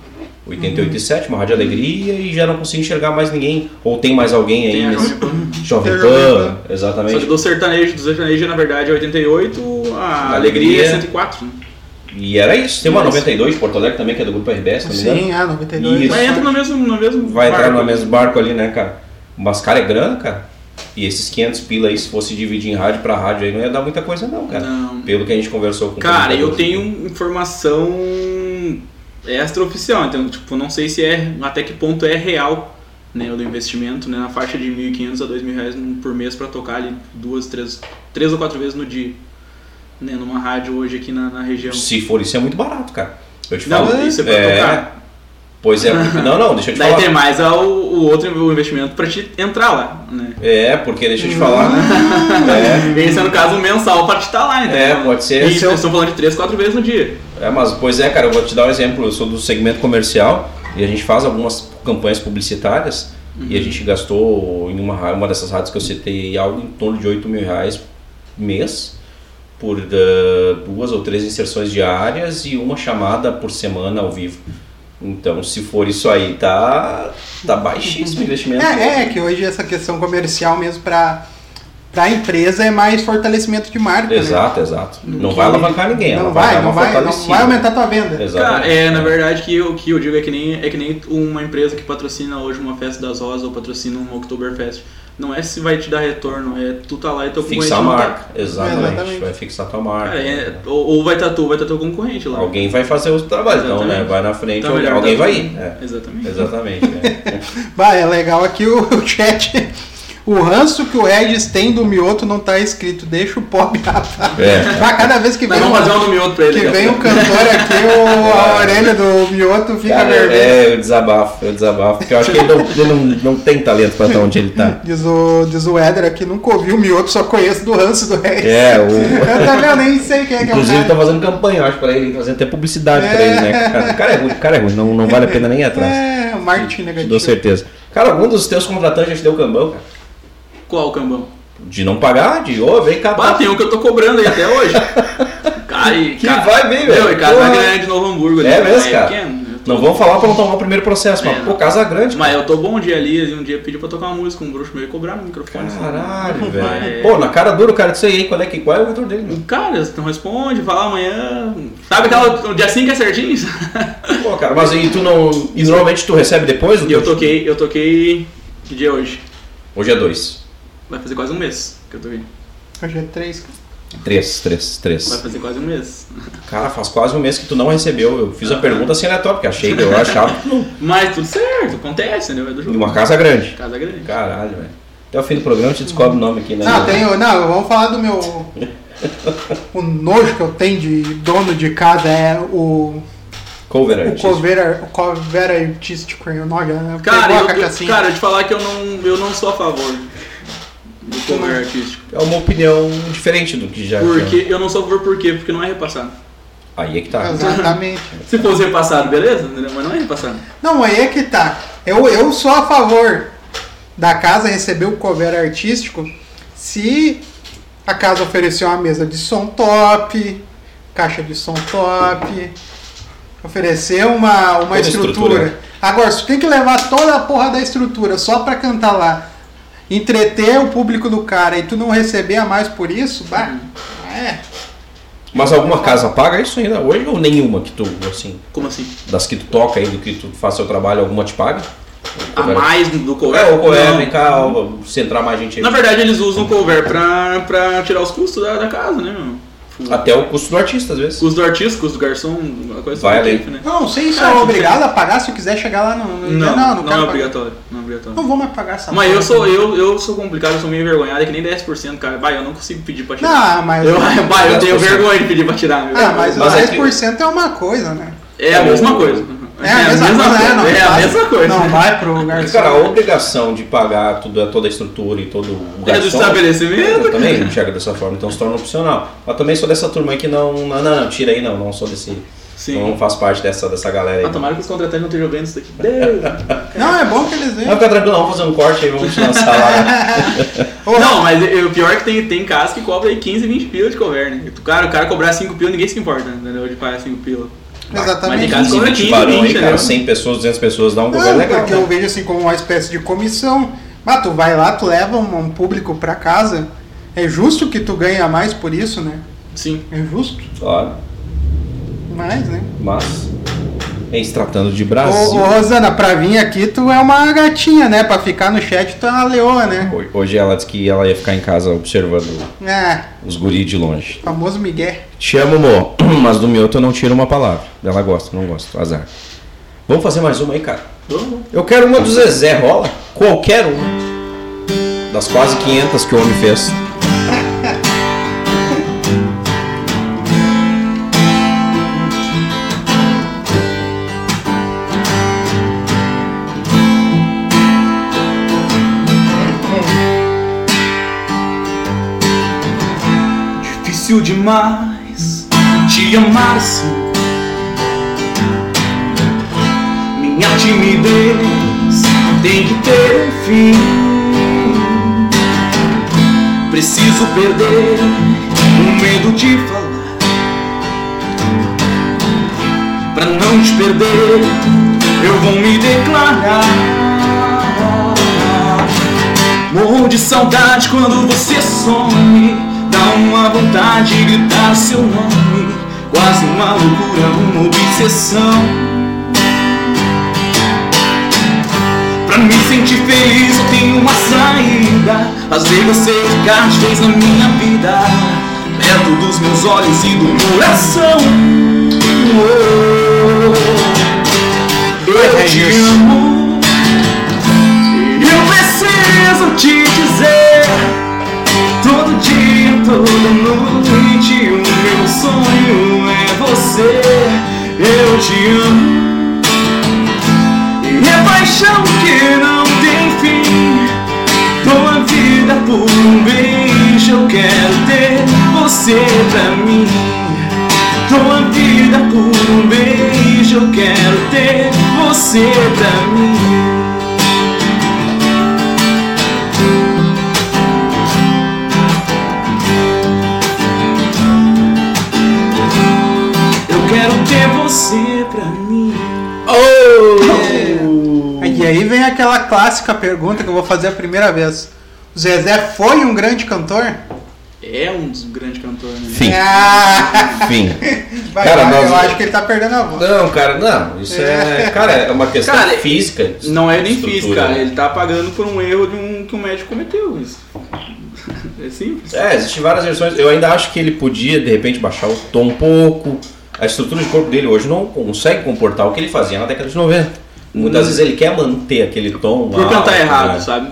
S1: 88 e 7, uma rádio alegria e já não consigo enxergar mais ninguém. Ou tem mais alguém aí
S3: Tem a
S1: nesse...
S3: Jovem Pan.
S1: Jovem
S2: Tem a Jovem
S1: Pan,
S3: Só que
S1: exatamente.
S3: do sertanejo, do sertanejo na verdade é 88, a
S1: Da
S3: alegria
S1: Alegria.
S3: é 104. né?
S1: E era isso. Tem uma
S3: Isso.
S1: 92 de Porto Alegre também, que é do grupo RBS, não me engano.
S2: Sim, ah, 92.
S1: Isso.
S3: Mas entra no mesmo, no mesmo
S1: Vai entrar
S3: barco.
S1: no mesmo barco ali, né, cara? Mas, cara, é grana, cara. E esses 500 pila aí, se fosse dividir em rádio pra rádio aí, não ia dar muita coisa, não, cara. um
S3: Não.
S1: Pelo que a gente conversou com o
S3: Cara, eu
S1: comunicador.
S3: tenho informação extraoficial, então, tipo, não sei se é, até que ponto é real, né, o do investimento, né, na faixa de 1.500 a 2.000 reais por mês pra tocar ali duas, três, três ou quatro vezes no dia, né, numa rádio hoje aqui na, na região.
S1: Se for isso, é muito barato, cara. Eu te
S3: um Não,
S1: falo.
S3: isso é pra tocar.
S1: Pois é, porque- não, não, deixa eu te
S3: Daí
S1: falar.
S3: tem mais ah, o, o outro o investimento pra te entrar lá, né.
S1: É, porque deixa eu te falar. é,
S3: Esse é no caso mensal pra te estar lá, então.
S1: É, pode ser.
S3: E
S1: Esse é o-
S3: estão falando de três, quatro vezes no dia.
S1: É, mas pois é, cara, eu vou te dar um exemplo. Eu sou do segmento comercial e a gente faz algumas campanhas publicitárias e a
S2: Uhum.
S1: gente gastou em uma, ra- uma dessas rádios que eu citei algo em torno de 8 mil reais mês por ah, duas ou três inserções diárias e uma chamada por semana ao vivo. Então, se for isso aí, tá, tá baixíssimo o investimento.
S2: É, é que hoje essa questão comercial mesmo pra, pra empresa é mais fortalecimento de marca, né?
S1: Exato, exato. Não
S2: Que-
S1: vai alavancar ninguém.
S2: Não
S1: ela
S2: vai,
S1: dar uma
S2: não vai, não
S1: fortalecida.
S2: vai aumentar tua venda.
S1: Exato.
S3: Cara, é, na verdade, que o que eu digo é que, nem, é que nem uma empresa que patrocina hoje uma festa das rosas ou patrocina um Oktoberfest. Não é se vai te dar retorno, é tu tá lá e teu concorrente
S1: Fixar a
S3: não tá.
S1: marca. Exatamente.
S2: É, Exatamente.
S1: Vai fixar tua marca.
S3: Cara, é- ou, ou vai estar tu, ou vai estar teu concorrente lá.
S1: Alguém vai fazer o trabalho, então, né?
S3: Exatamente.
S1: Vai na frente,
S3: Então,
S1: alguém-
S3: melhor
S1: alguém
S3: tá
S1: vai
S3: tu.
S1: ir. É,
S3: Exatamente.
S1: exatamente. né?
S2: Vai, é legal aqui o, o chat. O ranço que o Regis tem do Mioto não tá escrito. Deixa o pobre rapaz.
S1: É.
S2: Vai, cada vez que
S3: Nós
S2: vem,
S3: vamos fazer
S2: um,
S3: um nome outro pra ele.
S2: que
S3: daqui a
S2: vem um
S3: pouco.
S2: cantor aqui, o, a orelha do Mioto fica
S1: É. Cara,
S2: vermelha.
S1: é, eu desabafo, eu desabafo, porque eu acho que ele não, ele não, não tem talento pra estar onde ele tá.
S2: Diz o, diz o Éder aqui, nunca ouvi o Mioto, só conheço do ranço do Regis.
S1: É, o.
S2: Eu também eu nem sei quem é que é o
S1: Inclusive,
S2: cara.
S1: tá fazendo campanha, eu acho, pra ele, fazendo até publicidade pra ele, né? Cara, o cara é ruim, o cara é ruim, não, não vale a pena nem ir tá atrás.
S2: É, o marketing
S1: Te dou
S2: negativo.
S1: certeza. Cara, algum dos teus contratantes já te deu cambão, cara?
S2: um-
S3: Qual, Cambão?
S1: De não pagar, de, ô, vem cá.
S3: Bah, tem um que eu tô cobrando aí até hoje. cara, e,
S1: Que
S3: cara,
S1: vai bem,
S3: Meu,
S1: velho.
S3: e cara vai
S1: Porra.
S3: ganhar de Novo Hamburgo. ali,
S1: É mesmo,
S3: é
S1: cara?
S3: pequeno, eu tô-
S1: Não vamos falar pra não tomar o primeiro processo, mas,
S3: É.
S1: pô, casa grande.
S3: Mas eu tô bom um dia ali, e um dia pediu pra tocar uma música, um bruxo meu e cobrar no microfone. assim.
S1: Caralho,
S3: Mas- é, um
S1: velho. Pô, na cara dura o cara disse aí, qual é que qual é o retorno dele, né?
S3: Cara, não responde, fala amanhã. Sabe aquela o dia 5 é certinho?
S1: Pô, cara, mas e tu não. E normalmente tu recebe depois do
S3: E eu toquei, eu toquei que dia é hoje.
S1: Hoje é dois.
S3: Vai fazer quase um mês que eu toquei.
S2: Hoje é três.
S1: Três, três,
S3: Vai
S1: três.
S3: fazer quase um mês.
S1: Cara, faz quase um mês que tu não recebeu. Eu fiz a pergunta assim aleatória, porque achei que eu achava que não.
S3: Mas tudo certo, acontece, entendeu? É do
S1: E
S3: jogo.
S1: uma casa grande.
S3: Casa grande.
S1: Caralho, velho. Até o fim do programa a gente descobre o nome aqui, né?
S2: Não, Ah, tem, o- não, vamos falar do meu. O nojo que eu tenho de dono de casa é o.
S1: Cover
S2: O
S1: artista.
S2: cover, o cover artístico, o nome, né?
S3: Cara,
S2: Pegou a
S3: eu, eu-
S2: cachaçinha.
S3: cara, eu te falar que eu não, eu não sou a favor do cover artístico.
S1: É uma opinião diferente do que já.
S3: Porque eu não sou a favor por quê? Porque não é repassado.
S1: Aí é que tá.
S2: Exatamente.
S3: Se fosse repassado, beleza, entendeu? mas não é repassado.
S2: Não, aí é que tá. Eu, eu sou a favor da casa receber o cover artístico se a casa oferecer uma mesa de som top, caixa de som top, oferecer uma, uma
S1: Toda
S2: estrutura.
S1: estrutura.
S2: Agora, se tu tem que levar toda a porra da estrutura só pra cantar lá, entreter o público do cara e tu não receber a mais por isso, bah, é.
S1: Mas alguma casa paga isso ainda hoje ou nenhuma que tu, assim,
S3: Como assim?
S1: das que tu toca aí, do que tu faz seu trabalho, alguma te paga?
S3: A
S1: Cover.
S3: mais do cover?
S1: É, ou cover,
S3: Não.
S1: vem cá, ou se entrar mais gente aí.
S3: Na verdade, eles usam o cover pra, pra tirar os custos da, da casa, né, meu?
S1: Até o custo do artista, às vezes.
S3: Custo do artista, custo do garçom, uma coisa
S1: Vai
S3: assim,
S1: além.
S3: né?
S2: Não, sei se
S3: Ah,
S2: é
S3: não
S2: obrigado a pagar se eu quiser chegar lá no. no-
S3: Não, não,
S2: quero
S3: é
S2: pagar.
S3: obrigatório. Não é obrigatório.
S2: Não vou mais pagar essa
S3: Mas
S2: porra.
S3: eu sou, eu, eu sou complicado, eu sou meio envergonhado, é que nem 10%, cara. Bah, eu não consigo pedir pra tirar.
S2: Não, mas. é
S3: eu, bah, eu tenho
S1: 10%.
S3: vergonha de pedir pra tirar. meu.
S2: Ah, mas,
S1: Mas
S2: o
S1: é que-
S2: 10% é uma coisa, né?
S3: É a mesma coisa.
S2: É a mesma coisa, né? Não
S3: É a
S2: vai-
S3: mesma coisa.
S2: Não vai pro garçom.
S1: Cara, a obrigação de pagar tudo, é toda a estrutura e todo o
S3: É do
S1: garçom,
S3: estabelecimento.
S1: Eu também enxergo dessa forma, então se torna opcional. Mas também sou dessa turma aí que não. Não, não, não, tira aí não, não sou desse.
S3: Sim.
S1: Não faço parte dessa, dessa galera aí.
S3: Ah, tomara que os contratantes não estejam vendo isso daqui. Deus.
S2: Não, é bom que eles
S1: Mas
S2: vejam.
S1: fica tranquilo, vamos fazer um corte aí, vamos te lançar lá.
S2: Ô,
S3: Não, mas eu- o pior é que tem, tem casa que cobra aí 15, 20 pila de cover, né? Cara, o cara cobrar 5 pila, ninguém se importa, entendeu? De pagar 5 pila. mas
S2: Exatamente.
S3: de casa-
S1: 15, 20
S3: 15,
S1: barão aí,
S3: 20,
S1: cara,
S3: né?
S1: 100 pessoas, 200 pessoas, dá um governo
S2: Não,
S1: legal.
S2: porque eu vejo assim como uma espécie de comissão. Mas tu vai lá, tu leva um, um público pra casa. É justo que tu ganha mais por isso, né?
S3: Sim.
S2: É justo.
S1: Claro,
S2: Mais, né?
S1: mas. Em se tratando de
S2: Ô,
S1: Brasil.
S2: ô, Rosana, pra vir aqui tu é uma gatinha, né? Pra ficar no chat tu é uma leoa, né?
S1: ho- Hoje ela disse que ela ia ficar em casa observando
S2: É,
S1: os guris de longe.
S2: famoso Miguel.
S1: Te amo, amor, mas do meu tu não tira uma palavra. Ela gosta, não gosta, azar. Vamos fazer mais uma aí, cara.
S3: Bom,
S1: Eu quero uma do Zezé, rola? Qualquer uma. Das quase 500 que o homem fez.
S3: Difícil demais te amar assim. Minha timidez tem que ter um fim. Preciso perder o medo de falar. Pra não te perder, eu vou me declarar. Morro de saudade quando você some Dá uma vontade de gritar seu nome Quase uma loucura, uma obsessão Pra me sentir feliz eu tenho uma saída Fazer você ficar de vez na minha vida Perto dos meus olhos e do coração Oh, Eu te amo eu preciso te dizer Todo dia, toda noite O meu sonho é você Eu te amo E é paixão que não tem fim Tua vida por um beijo Eu quero ter você pra mim Tua vida por um beijo Eu quero ter você pra mim Eu quero ter você pra mim.
S2: E aí vem aquela clássica pergunta que eu vou fazer a primeira vez. O Zezé foi um grande cantor?
S3: É um dos grandes cantores, né?
S1: Fim.
S2: Ah,
S1: Fim.
S2: vai,
S1: Cara,
S2: vai,
S1: nós-
S2: eu acho que ele tá perdendo a voz.
S1: Não, cara, não. Isso é. Cara, é uma questão
S3: Cara,
S1: física.
S3: Não é nem
S1: estrutura,
S3: físico, cara.
S1: né?
S3: Ele tá pagando por um erro de um que um médico cometeu. Isso. É simples.
S1: É, existem várias versões. Eu ainda acho que ele podia, de repente, baixar o tom um pouco. A estrutura de corpo dele hoje não consegue comportar o que ele fazia na década de 90. Muitas
S3: Hum.
S1: vezes ele quer manter aquele tom.
S3: Por
S1: lá,
S3: cantar
S1: né?
S3: errado, sabe?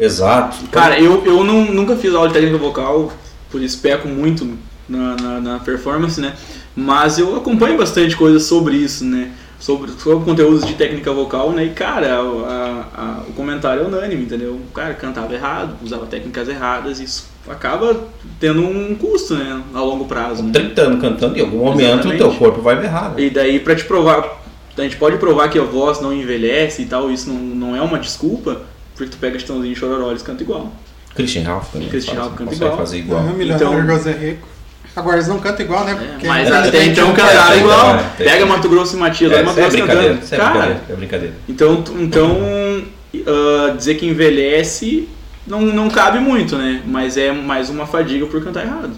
S1: Exato.
S3: Cara, eu, eu não, nunca fiz aula de técnica vocal, por isso peco muito na, na, na performance, né? Mas eu acompanho bastante coisas sobre isso, né? sobre, sobre conteúdos de técnica vocal, né? E, cara, a- a- a- o comentário é unânime, entendeu? O cara cantava errado, usava técnicas erradas, e isso acaba tendo um custo, né? A longo prazo. né?
S1: 30 anos cantando, em algum momento o
S3: Exatamente.
S1: teu corpo vai berrar. né?
S3: E daí, pra te provar, a gente pode provar que a voz não envelhece e tal, isso não, não é uma desculpa, porque tu pega Chitãozinho e Chororó, eles cantam igual.
S1: Christian Ralph também.
S3: Christian
S1: faz-
S3: Ralph canta
S1: consegue
S3: igual.
S1: fazer igual.
S2: Ah, milionário
S3: Então-
S2: José Rico. Agora eles não cantam igual, né? Porque-
S3: Mas
S1: É,
S3: até
S1: depende de
S3: então
S1: um
S3: cantaram
S1: cara,
S3: igual.
S1: então, é, tem-
S3: Pega Mato Grosso e Matias,
S1: É,
S3: olha
S1: isso
S3: Mato
S1: é
S3: Grosso
S1: brincadeira,
S3: cantando.
S1: isso é
S3: Cara,
S1: brincadeira, é brincadeira.
S3: então, tu- então ah, dizer que envelhece não, não cabe muito, né? Mas é mais uma fadiga por cantar errado.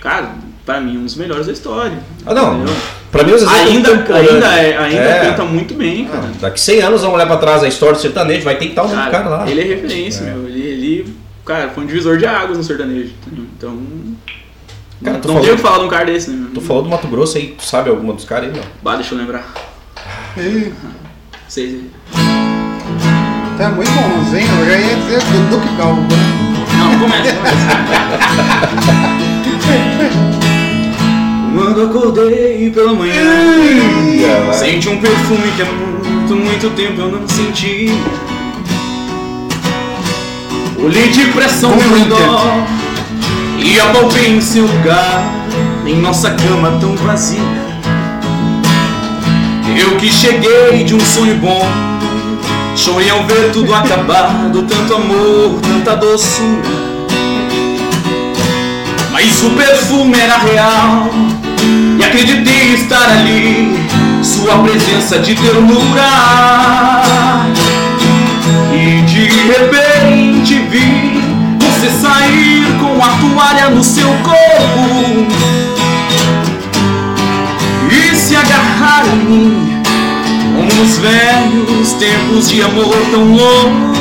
S3: Cara, pra mim, um dos melhores da história.
S1: Ah, não.
S3: entendeu?
S1: Pra mim, os
S3: Ainda,
S1: contemporâneos-
S3: ainda, é- ainda
S1: É.
S3: canta muito bem, cara.
S1: Ah, um Daqui 100 anos vão olhar pra trás a história do sertanejo, vai ter que estar o nome do cara lá.
S3: Ele é referência, meu. Ele, ele, cara, foi um divisor de águas no sertanejo. entendeu? Então.
S1: Cara, tu
S3: não tem
S1: falou-
S3: o que falar de um cara desse, né?
S1: Tu falou do Mato Grosso aí, tu sabe alguma dos caras aí, não?
S3: Bah, deixa eu lembrar.
S2: Ih,
S3: Vocês.
S2: Tá muito bonzinho, eu já ia dizer do Duque Galvão.
S3: Não, começa, começa. Quando acordei pela manhã,
S5: é.
S3: senti um perfume que há muito, muito tempo eu não senti. Olhei de pressão ao
S2: Como
S3: redor e apalpei em seu lugar, em nossa cama tão vazia. Eu que cheguei de um sonho bom, chorei ao ver tudo acabado, tanto amor, tanta doçura. Mas o perfume era real E acreditei estar ali Sua presença de ternura E de repente vi Você sair com a toalha no seu corpo E se agarrar a mim Como nos velhos tempos de amor tão loucos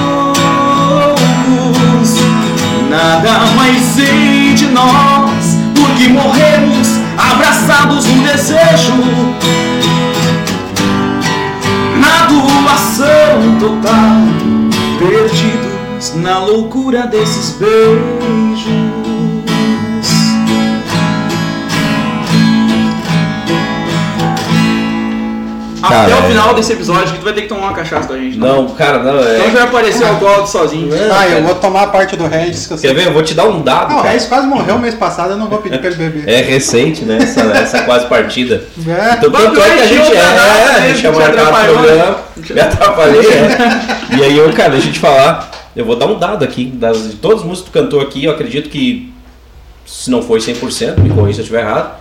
S3: Nada mais sei de nós, porque morremos abraçados no desejo. Na doação total, perdidos na loucura desses beijos. Até
S1: Cara, é.
S3: o final desse episódio que tu vai ter que tomar uma cachaça com a gente. tá?
S1: Não, cara, não
S3: Então
S1: é.
S3: já apareceu o Aldo sozinho.
S2: Ah, eu vou tomar a parte do Regis que eu
S1: Quer
S2: sei.
S1: ver? Eu vou te dar um dado,
S2: Não, o
S3: é
S1: cara.
S2: Regis quase morreu mês passado, eu não vou pedir pra ele beber.
S1: É recente, né? Essa, essa quase partida.
S2: É.
S1: Então,
S3: Mas
S1: tanto é que a
S3: eu
S1: gente é,
S3: tinha outra data,
S1: é,
S3: né?
S1: a gente é
S3: Te
S1: marcado o
S3: atrapalhou,
S1: programa, me atrapalhei, é. E aí, eu, cara, deixa eu te falar, eu vou dar um dado aqui, das, de todas as músicas que tu cantou aqui, eu acredito que, se não foi 100%, me corrija se eu estiver errado,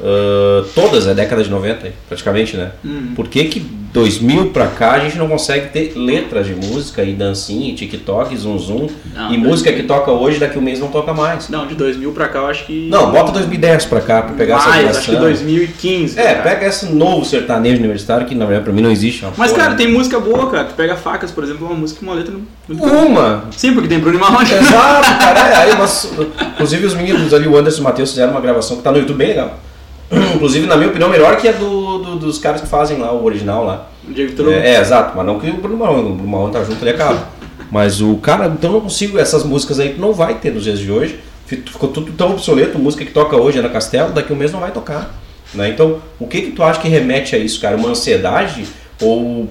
S1: ah, todas é década de 90, aí, praticamente, né?
S3: Hum.
S1: Por que que 2000 pra cá a gente não consegue ter letras de música e dancinha, e TikTok, zum zum,
S3: Não,
S1: e
S3: dois
S1: música que
S3: mil.
S1: toca hoje, daqui um mês não toca mais.
S3: Não, de 2000 pra cá eu acho que.
S1: Não, bota 2010 pra cá, pra pegar essa
S3: Mais, acho
S1: geração.
S3: que 2015.
S1: É,
S3: cara.
S1: pega esse novo sertanejo universitário que na verdade pra mim não existe. é uma
S3: Mas,
S1: porra.
S3: cara, tem música boa, cara. Tu pega facas, por exemplo, é uma música que uma letra não.
S1: Uh!
S3: não-
S1: Uma!
S3: Sim, porque tem Bruno né? Marrone.
S1: Exato, cara. é, Aí, nós- inclusive os meninos ali, o Anderson e o Matheus, fizeram uma gravação que tá no YouTube bem legal. Inclusive, na minha opinião, melhor que a do, do- dos caras que fazem lá o original lá.
S3: Diego Toro.
S1: É, é, exato, mas não que o Bruno Marrone, o Bruno Marrone tá junto ali, acaba. Mas o cara, então eu não consigo, essas músicas aí tu não vai ter nos dias de hoje. Fi- Ficou tudo tão obsoleto, música que toca hoje é na Castelo, daqui a um mês não vai tocar. né? Então, o que que tu acha que remete a isso, cara? Uma ansiedade? Ou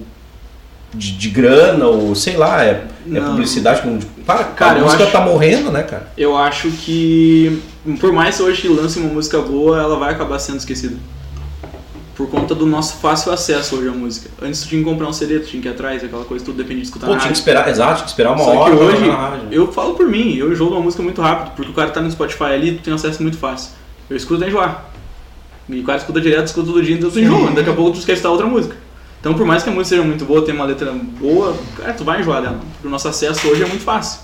S1: de, de grana? Ou sei lá, é, é
S3: Não.
S1: publicidade? Com... Para,
S3: Cara,
S1: a
S3: eu
S1: música
S3: acho-
S1: tá morrendo, né, cara?
S3: Eu acho que, por mais que hoje lance uma música boa, ela vai acabar sendo esquecida. Por conta do nosso fácil acesso hoje à música. Antes tu tinha que comprar um CD, tu tinha que ir atrás, aquela coisa, tudo depende de escutar
S1: Pô,
S3: na
S1: tinha que
S3: rádio.
S1: esperar, exato, tinha que esperar uma
S3: Tá. Só
S1: hora.
S3: que
S1: pra
S3: hoje,
S1: tocar na rádio.
S3: eu falo por mim, eu jogo uma música muito rápido, porque o cara tá no Spotify ali, tu tem acesso muito fácil. Eu escuto até enjoar. E o cara escuta direto, escuta todo dia, então tu enjoa, daqui a pouco tu esquece da outra música. Então por mais que a música seja muito boa, tenha uma letra boa, cara, tu vai enjoar dela. Porque o nosso acesso hoje é muito fácil.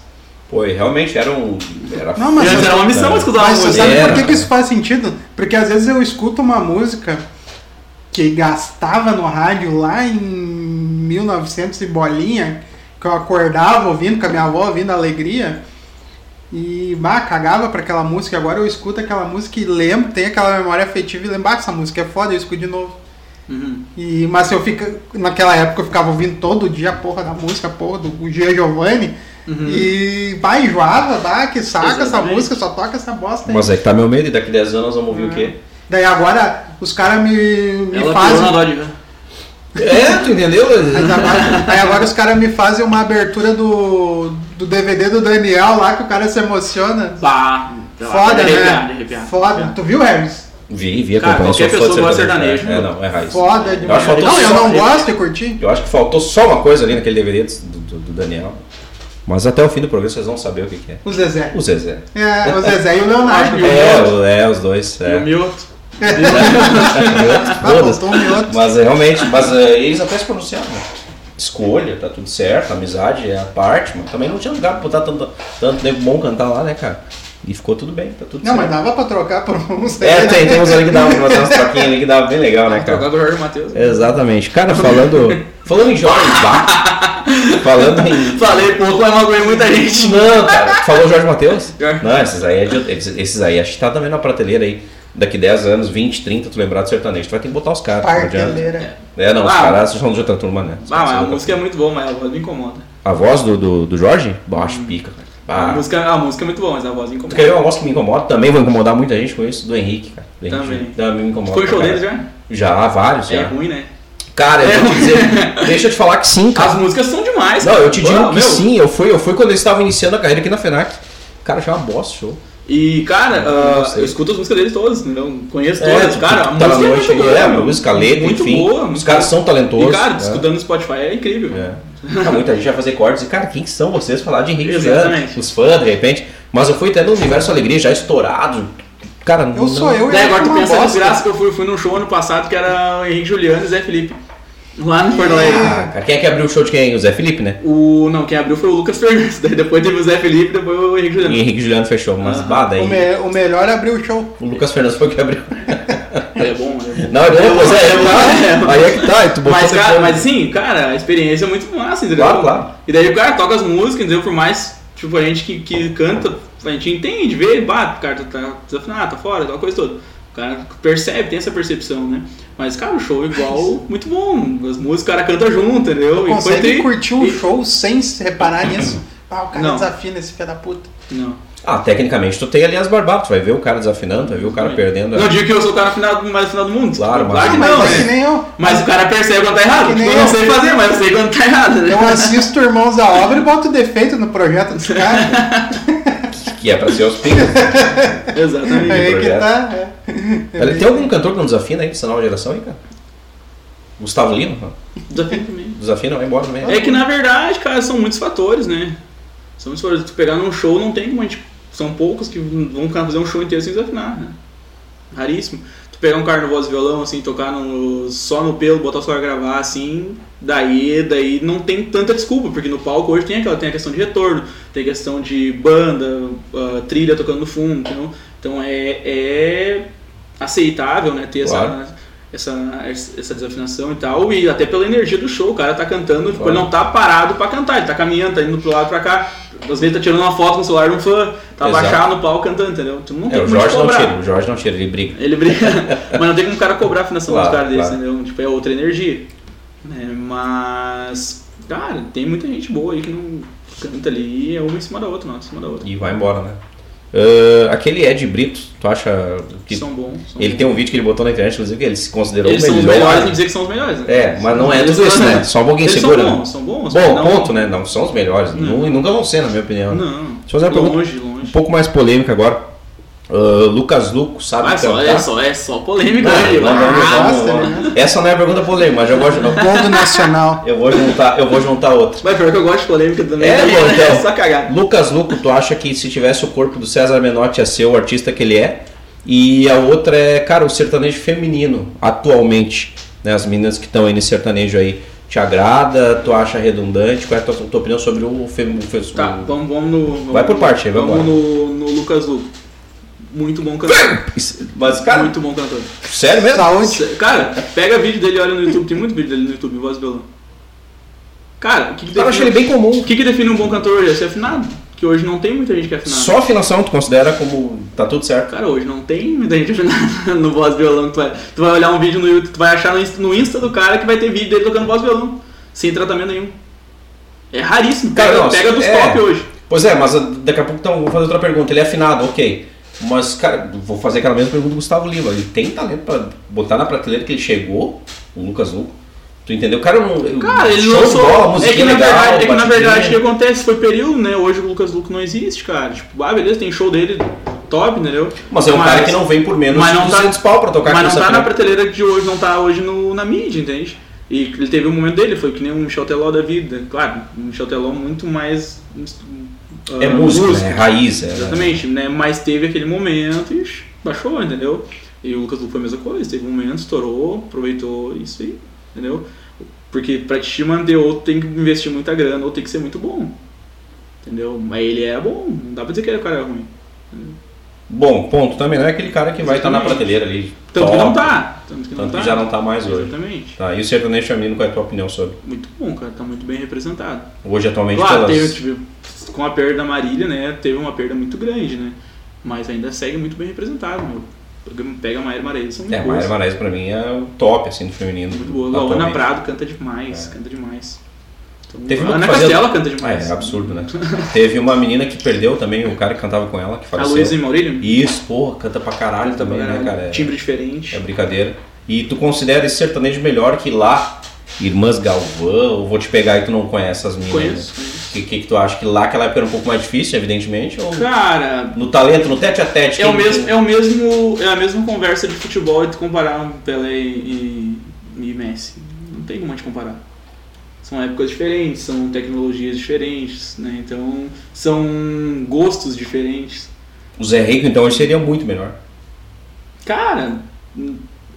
S1: Pô, e realmente era um. Era
S2: Não, mas-
S3: E antes era uma missão
S1: Mas
S3: escutar é uma
S2: Mas
S3: música.
S2: você sabe
S1: Era,
S2: por que,
S1: cara.
S2: que isso faz sentido? Porque às vezes eu escuto uma música que gastava no rádio lá em 1900 e bolinha, que eu acordava ouvindo, com a minha avó ouvindo alegria, e bah, cagava pra aquela música. Agora eu escuto aquela música e lembro, tem aquela memória afetiva e lembro, ah, essa música é foda, eu escuto de novo.
S3: Uhum.
S2: E, mas eu fica, naquela época eu ficava ouvindo todo dia a porra da música, a porra do Gia Giovanni. E bah, enjoava, bah, que saca essa
S3: Uhum. Exatamente.
S2: música, só toca essa bosta aí.
S1: Mas é que tá meu medo, e daqui 10 anos nós vamos ouvir o quê?
S2: Daí agora os caras me, me
S3: Ela pulou na
S2: fazem.
S3: Dodge, né?
S1: É, tu entendeu?
S2: Mas agora- aí agora os caras me fazem uma abertura do, do DVD do Daniel lá que o cara se emociona.
S3: Bah, sei lá,
S2: Foda,
S3: de arrepiar, de
S2: né?
S3: arrepiar.
S2: Foda. Tu viu, Harris?
S1: Vi, vi,
S3: Cara,
S1: acompanhei, sou
S3: qualquer
S1: fã de
S3: pessoa gosta de
S1: sertanejo.
S3: sertanejo, né?
S1: É, não, é raiz.
S2: Foda
S1: Eu acho
S2: demais.
S1: que faltou
S2: Não, é eu
S1: só
S2: não
S1: ele.
S2: gosto de curtir.
S1: Eu acho que faltou só uma coisa ali naquele DVD do, do- do Daniel. Mas até o fim do programa vocês vão saber o que, que é.
S2: O Zezé.
S1: O Zezé.
S2: É, o Zezé e o
S3: Acho
S2: Leonardo.
S3: que
S1: É, o- é os dois.
S3: E o
S1: É.
S3: Milton.
S2: Ah,
S1: Todas.
S2: faltou um minuto.
S1: Mas é, realmente, mas é, eles até se pronunciaram. né? Escolha, tá tudo certo, amizade é a parte, mas também não tinha lugar pra botar tanto, tanto nego bom cantar lá, né, cara? E ficou tudo bem, tá tudo
S2: Não, mas
S1: certo.
S2: dava pra trocar por um Zezé.
S1: É, tem, tem uns ali que dava, umas umas troquinhas ali que dava bem legal, né,
S2: Então,
S1: cara?
S3: Trocar com o Jorge Matheus.
S1: Exatamente. Cara, falando. Falando em Jorge Bach. Falando em.
S3: Falei pouco, mas magoei muita gente.
S1: Não, cara. Falou Jorge Matheus?
S3: Jorge.
S1: Não, esses aí, é de- esses, esses aí acho que tá também na prateleira aí. Daqui 10 anos, 20, 30, tu lembrar do sertanejo. Tu vai ter que botar os caras. tá. Não adianta.
S2: Parteleira.
S1: É, não, os
S3: Ah.
S1: caras são de outra turma, né?
S3: Ah, mas a
S1: São de outra
S3: música é muito boa, mas a voz me incomoda.
S1: turma. A voz do, do, do Jorge? Baixo, pica, cara.
S3: A,
S1: Ah,
S3: música, a música é muito boa, mas a voz me
S1: tu
S3: incomoda.
S1: quer ver uma voz que me incomoda também? Vou incomodar muita gente com isso. Do Henrique, cara. Do Henrique
S3: Também.
S1: me incomoda.
S3: Foi o show
S1: pra
S3: deles já?
S1: caralho. Já, vários,
S3: É
S1: já.
S3: ruim, né?
S1: Cara, eu vou te dizer. deixa eu te falar que sim, cara.
S3: As músicas são demais.
S1: Não,
S3: cara.
S1: eu te digo
S3: Ah,
S1: que
S3: meu.
S1: sim, eu fui, eu fui quando eles estavam iniciando a carreira aqui na FENAC. Cara, achei uma bosta o show.
S3: E, cara,
S1: Não
S3: ah,
S1: sei.
S3: eu escuto as músicas deles todas, então conheço todas.
S1: tu-
S3: cara, a
S1: tá
S3: música
S1: na
S3: é
S1: noite,
S3: muito boa.
S1: é, a
S3: meu.
S1: música, a letra,
S3: muito
S1: enfim.
S3: Boa,
S1: os
S3: muito
S1: caras
S3: boa.
S1: são talentosos.
S3: E, cara,
S1: né?
S3: escutando no Spotify é incrível.
S1: É. Ah, muita gente vai fazer cortes e, cara, quem são vocês falar de Henrique
S3: Exatamente.
S1: Juliano? Os fãs, de repente. Mas eu fui até no Universo Alegria, já estourado. Cara,
S2: Eu sou eu e
S3: Daí
S2: acho
S3: É, agora tu
S2: uma
S3: pensa na
S2: bosta.
S3: desgraça que eu fui, fui num show ano passado que era o Henrique Juliano e Zé Felipe. Lá no Porto Alegre.
S1: Ah, cara, quem é que abriu o show de quem? O Zé Felipe, né?
S3: O, não, quem abriu foi o Lucas Fernandes. Daí depois teve o Zé Felipe, depois o Henrique
S1: E
S3: Juliano.
S1: Henrique Juliano fechou, mas bah, daí.
S2: O, me- o melhor é abrir o show.
S1: O Lucas Fernandes foi o que abriu.
S3: É bom, é bom.
S1: Não, é bom, pois é, é
S3: Eu-
S1: bom. Aí é que tá, e tu botou
S3: Mas,
S1: essa
S3: cara,
S1: coisa.
S3: mas assim, cara, a experiência é muito massa, entendeu?
S1: Claro, claro.
S3: E daí o cara toca as músicas, entendeu? Por mais, tipo, a gente que, que canta, a gente entende, vê, bate, o cara tá- tá desafinado, tá fora, tal coisa toda. O cara percebe, tem essa percepção, né? Mas, cara, o show é igual, muito bom. As músicas, o cara canta junto, entendeu? E foi
S2: Consegue
S3: tri-
S2: curtir um
S3: e-
S2: show sem se reparar nisso? Ah, o cara
S3: Não.
S2: desafina esse filho da puta.
S3: Não.
S1: Ah, tecnicamente tu tem ali as barbatas, tu vai ver o cara desafinando, tu vai ver o cara perdendo. a-
S3: Não digo que eu sou o cara final, mais final do mundo.
S1: Claro, mas-
S3: que
S2: mas
S3: não,
S2: é que
S3: né?
S2: nem eu.
S3: Mas o cara percebe quando tá errado.
S2: Que
S3: Tipo,
S2: nem
S3: eu não
S2: eu.
S3: sei fazer, mas eu sei quando tá errado, né?
S2: Eu assisto Irmãos à Obra e boto defeito no projeto dos caras.
S1: Que é pra ser os pingos.
S3: Exatamente.
S2: Aí que
S1: projeto.
S2: tá. é.
S1: Olha, Tem um algum cantor que não desafina aí dessa nova geração aí, cara? Gustavo Lima? não?
S3: Desafio também.
S1: Desafina, vai embora também.
S3: É que na verdade, cara, são muitos fatores, né? São muitos fatores. Tu pegar num show, não tem como a gente. São poucos que vão ficar- fazer um show inteiro sem desafinar, né? Raríssimo. Tu pegar um cara no voz e violão, assim, tocar no- só no pelo, botar o celular e gravar, assim, daí, daí não tem tanta desculpa, porque no palco hoje tem aquela, tem a questão de retorno, tem a questão de banda, ah, trilha tocando no fundo, entendeu? Então é, é aceitável, né, ter essa-
S1: Claro.
S3: essa, essa desafinação e tal, e até pela energia do show, o cara tá cantando, tipo,
S1: Claro.
S3: ele não tá parado pra cantar, ele tá caminhando, tá indo pro lado pra cá, às vezes tá tirando uma foto com o celular de um fã, tá
S1: Exato.
S3: baixado no palco cantando, entendeu? Tu não
S1: É,
S3: tem
S1: o
S3: como te
S1: Jorge não
S3: cobrar.
S1: tira, o Jorge não tira, ele briga.
S3: Ele briga, mas não tem como o cara cobrar a afinação
S1: Claro,
S3: dos caras desse,
S1: claro.
S3: entendeu? Tipo, é outra energia. né? mas, cara, tem muita gente boa aí que não canta ali, e é uma em cima da outra, não, em cima da outra.
S1: E vai embora, né? Ah, aquele Ed Brito, tu acha que.
S3: são bons. são
S1: Ele
S3: bons.
S1: tem um vídeo que ele botou na internet, inclusive, que ele se considerou um
S3: Eles
S1: o
S3: são os
S1: melhor.
S3: melhores em dizer que são os melhores, né?
S1: É, mas não é
S3: Eles
S1: tudo isso,
S3: são-
S1: né? Só um pouquinho
S3: Eles
S1: segura.
S3: são
S1: né?
S3: bons, são bons.
S1: Bom,
S3: não-
S1: ponto, né? Não são os melhores.
S3: Não.
S1: nu- E nunca vão ser, na minha opinião.
S3: Não.
S1: Deixa eu fazer uma pergunta.
S3: longe,
S1: Um
S3: longe.
S1: pouco mais polêmica agora. Ah, Lucas Luco, sabe
S3: Ah, só,
S1: cantar?
S3: é, só, é só polêmica.
S1: Não,
S3: né?
S1: não, não, não,
S3: Ah,
S1: não, não, não. Essa não é a pergunta polêmica, mas eu vou, ju-
S2: Mundo Nacional.
S1: eu vou juntar, eu vou juntar outra.
S3: Mas pior que eu gosto de polêmica também.
S1: É,
S3: né?
S1: bom, então.
S3: só cagada.
S1: Lucas Luco, tu acha que se tivesse o corpo do César Menotti ia ser o artista que ele é? E a outra é, cara, o sertanejo feminino, atualmente. Né? As meninas que estão aí nesse sertanejo aí, te agrada? Tu acha redundante? Qual é a tua, tua opinião sobre o feminino?
S3: Tá, vamos, vamos no. Vamos,
S1: Hum. Vai por parte aí,
S3: vamos
S1: vambora.
S3: no, no Lucas Luco. Muito bom cantor.
S1: Mas, cara,
S3: Muito bom cantor.
S1: sério mesmo?
S2: Saúde.
S3: Cara, pega vídeo dele e olha no YouTube. Tem muito vídeo dele no YouTube, voz e violão. Cara, o que, que
S1: Eu acho ele
S3: define,
S1: bem comum.
S3: o que, que define um bom cantor hoje? É ser afinado. Que hoje não tem muita gente que é afinado.
S1: Só afinação tu considera como tá tudo certo?
S3: Cara, hoje não tem muita gente afinada no voz e violão. Tu vai, tu vai olhar um vídeo no YouTube, tu vai achar no Insta, no Insta do cara que vai ter vídeo dele tocando voz e violão. Sem tratamento nenhum. É raríssimo.
S1: Cara,
S3: Pega,
S1: nossa,
S3: pega dos
S1: é.
S3: top hoje.
S1: Pois é, mas ah, daqui a pouco então, vou fazer outra pergunta. Ele é afinado, ok. Mas, cara, vou fazer aquela mesma pergunta do Gustavo Lima. Ele tem talento pra botar na prateleira que ele chegou, o Lucas Luco, Tu entendeu? O cara não.
S3: Cara, ele
S1: show de
S3: lançou.
S1: bola, música
S3: é que, na
S1: legal,
S3: verdade, é que na
S1: batidinha.
S3: verdade o que acontece? Foi período, né? Hoje o Lucas Luco não existe, cara. Tipo, ah, beleza, tem show dele top, entendeu?
S1: Mas é um cara que não vem por menos
S3: mas
S1: de
S3: não tá-
S1: 200 pau pra tocar
S3: Mas não tá
S1: terça-feira.
S3: na prateleira de hoje, não tá hoje no, na mídia, entende? E ele teve um momento dele, foi que nem um Michel Teló da vida. Claro, um Michel Teló muito mais.
S1: É
S3: ah,
S1: música, né? é raiz. É,
S3: Exatamente, né? Mas teve aquele momento e baixou, entendeu? E o Lucas Luco foi a mesma coisa, teve um momento, estourou, aproveitou isso aí, entendeu? Porque pra te manter ou tem que investir muita grana ou tem que ser muito bom. Entendeu? Mas ele é bom, não dá pra dizer que ele é um cara ruim.
S1: Bom, ponto também. Não é aquele cara que vai estar na
S3: Exatamente.
S1: prateleira ali.
S3: Tanto que
S1: top,
S3: não tá. Tanto que não
S1: Tanto
S3: tá.
S1: que já não tá mais hoje.
S3: Exatamente.
S1: Tá, e o sertanejo feminino, qual é a tua opinião sobre?
S3: Muito bom, cara, tá muito bem representado.
S1: Hoje, atualmente,
S3: Claro,
S1: pelas-
S3: teve, tive- com a perda da Marília, né? Teve uma perda muito grande, né? Mas ainda segue muito bem representado, meu. Pega a Maíra Maria, são muito
S1: É,
S3: boas.
S1: Maíra Marais pra mim é o top, assim, do feminino.
S3: Muito boa. Luana
S1: atualmente.
S3: Prado canta demais, canta demais. Então,
S1: É. Teve uma
S3: Ana
S1: que fazia-
S3: Castela canta demais.
S1: É, absurdo, né? Teve uma menina que perdeu também, o cara que cantava com ela, que
S3: A
S1: faleceu.
S3: Luísa e Maurílio? um
S1: Isso, porra, canta pra caralho também, né, cara? É-
S3: Timbre diferente.
S1: É brincadeira. E tu considera esse sertanejo melhor que lá, Irmãs Galvão, ou Vou Te Pegar e tu não conhece as meninas?
S3: Conheço.
S1: O que, que, que tu acha? Que lá aquela época era um pouco mais difícil, evidentemente? Ou
S3: Cara,
S1: no talento, no tete a tete?
S3: é o
S1: quem-
S3: mesmo, é o mesmo, é a mesma conversa de futebol e tu comparar um Pelé e, e Messi. Não tem como a gente comparar. São épocas diferentes, são tecnologias diferentes, né? Então, são gostos diferentes.
S1: O Zé Rico, então, hoje seria muito melhor.
S3: Cara,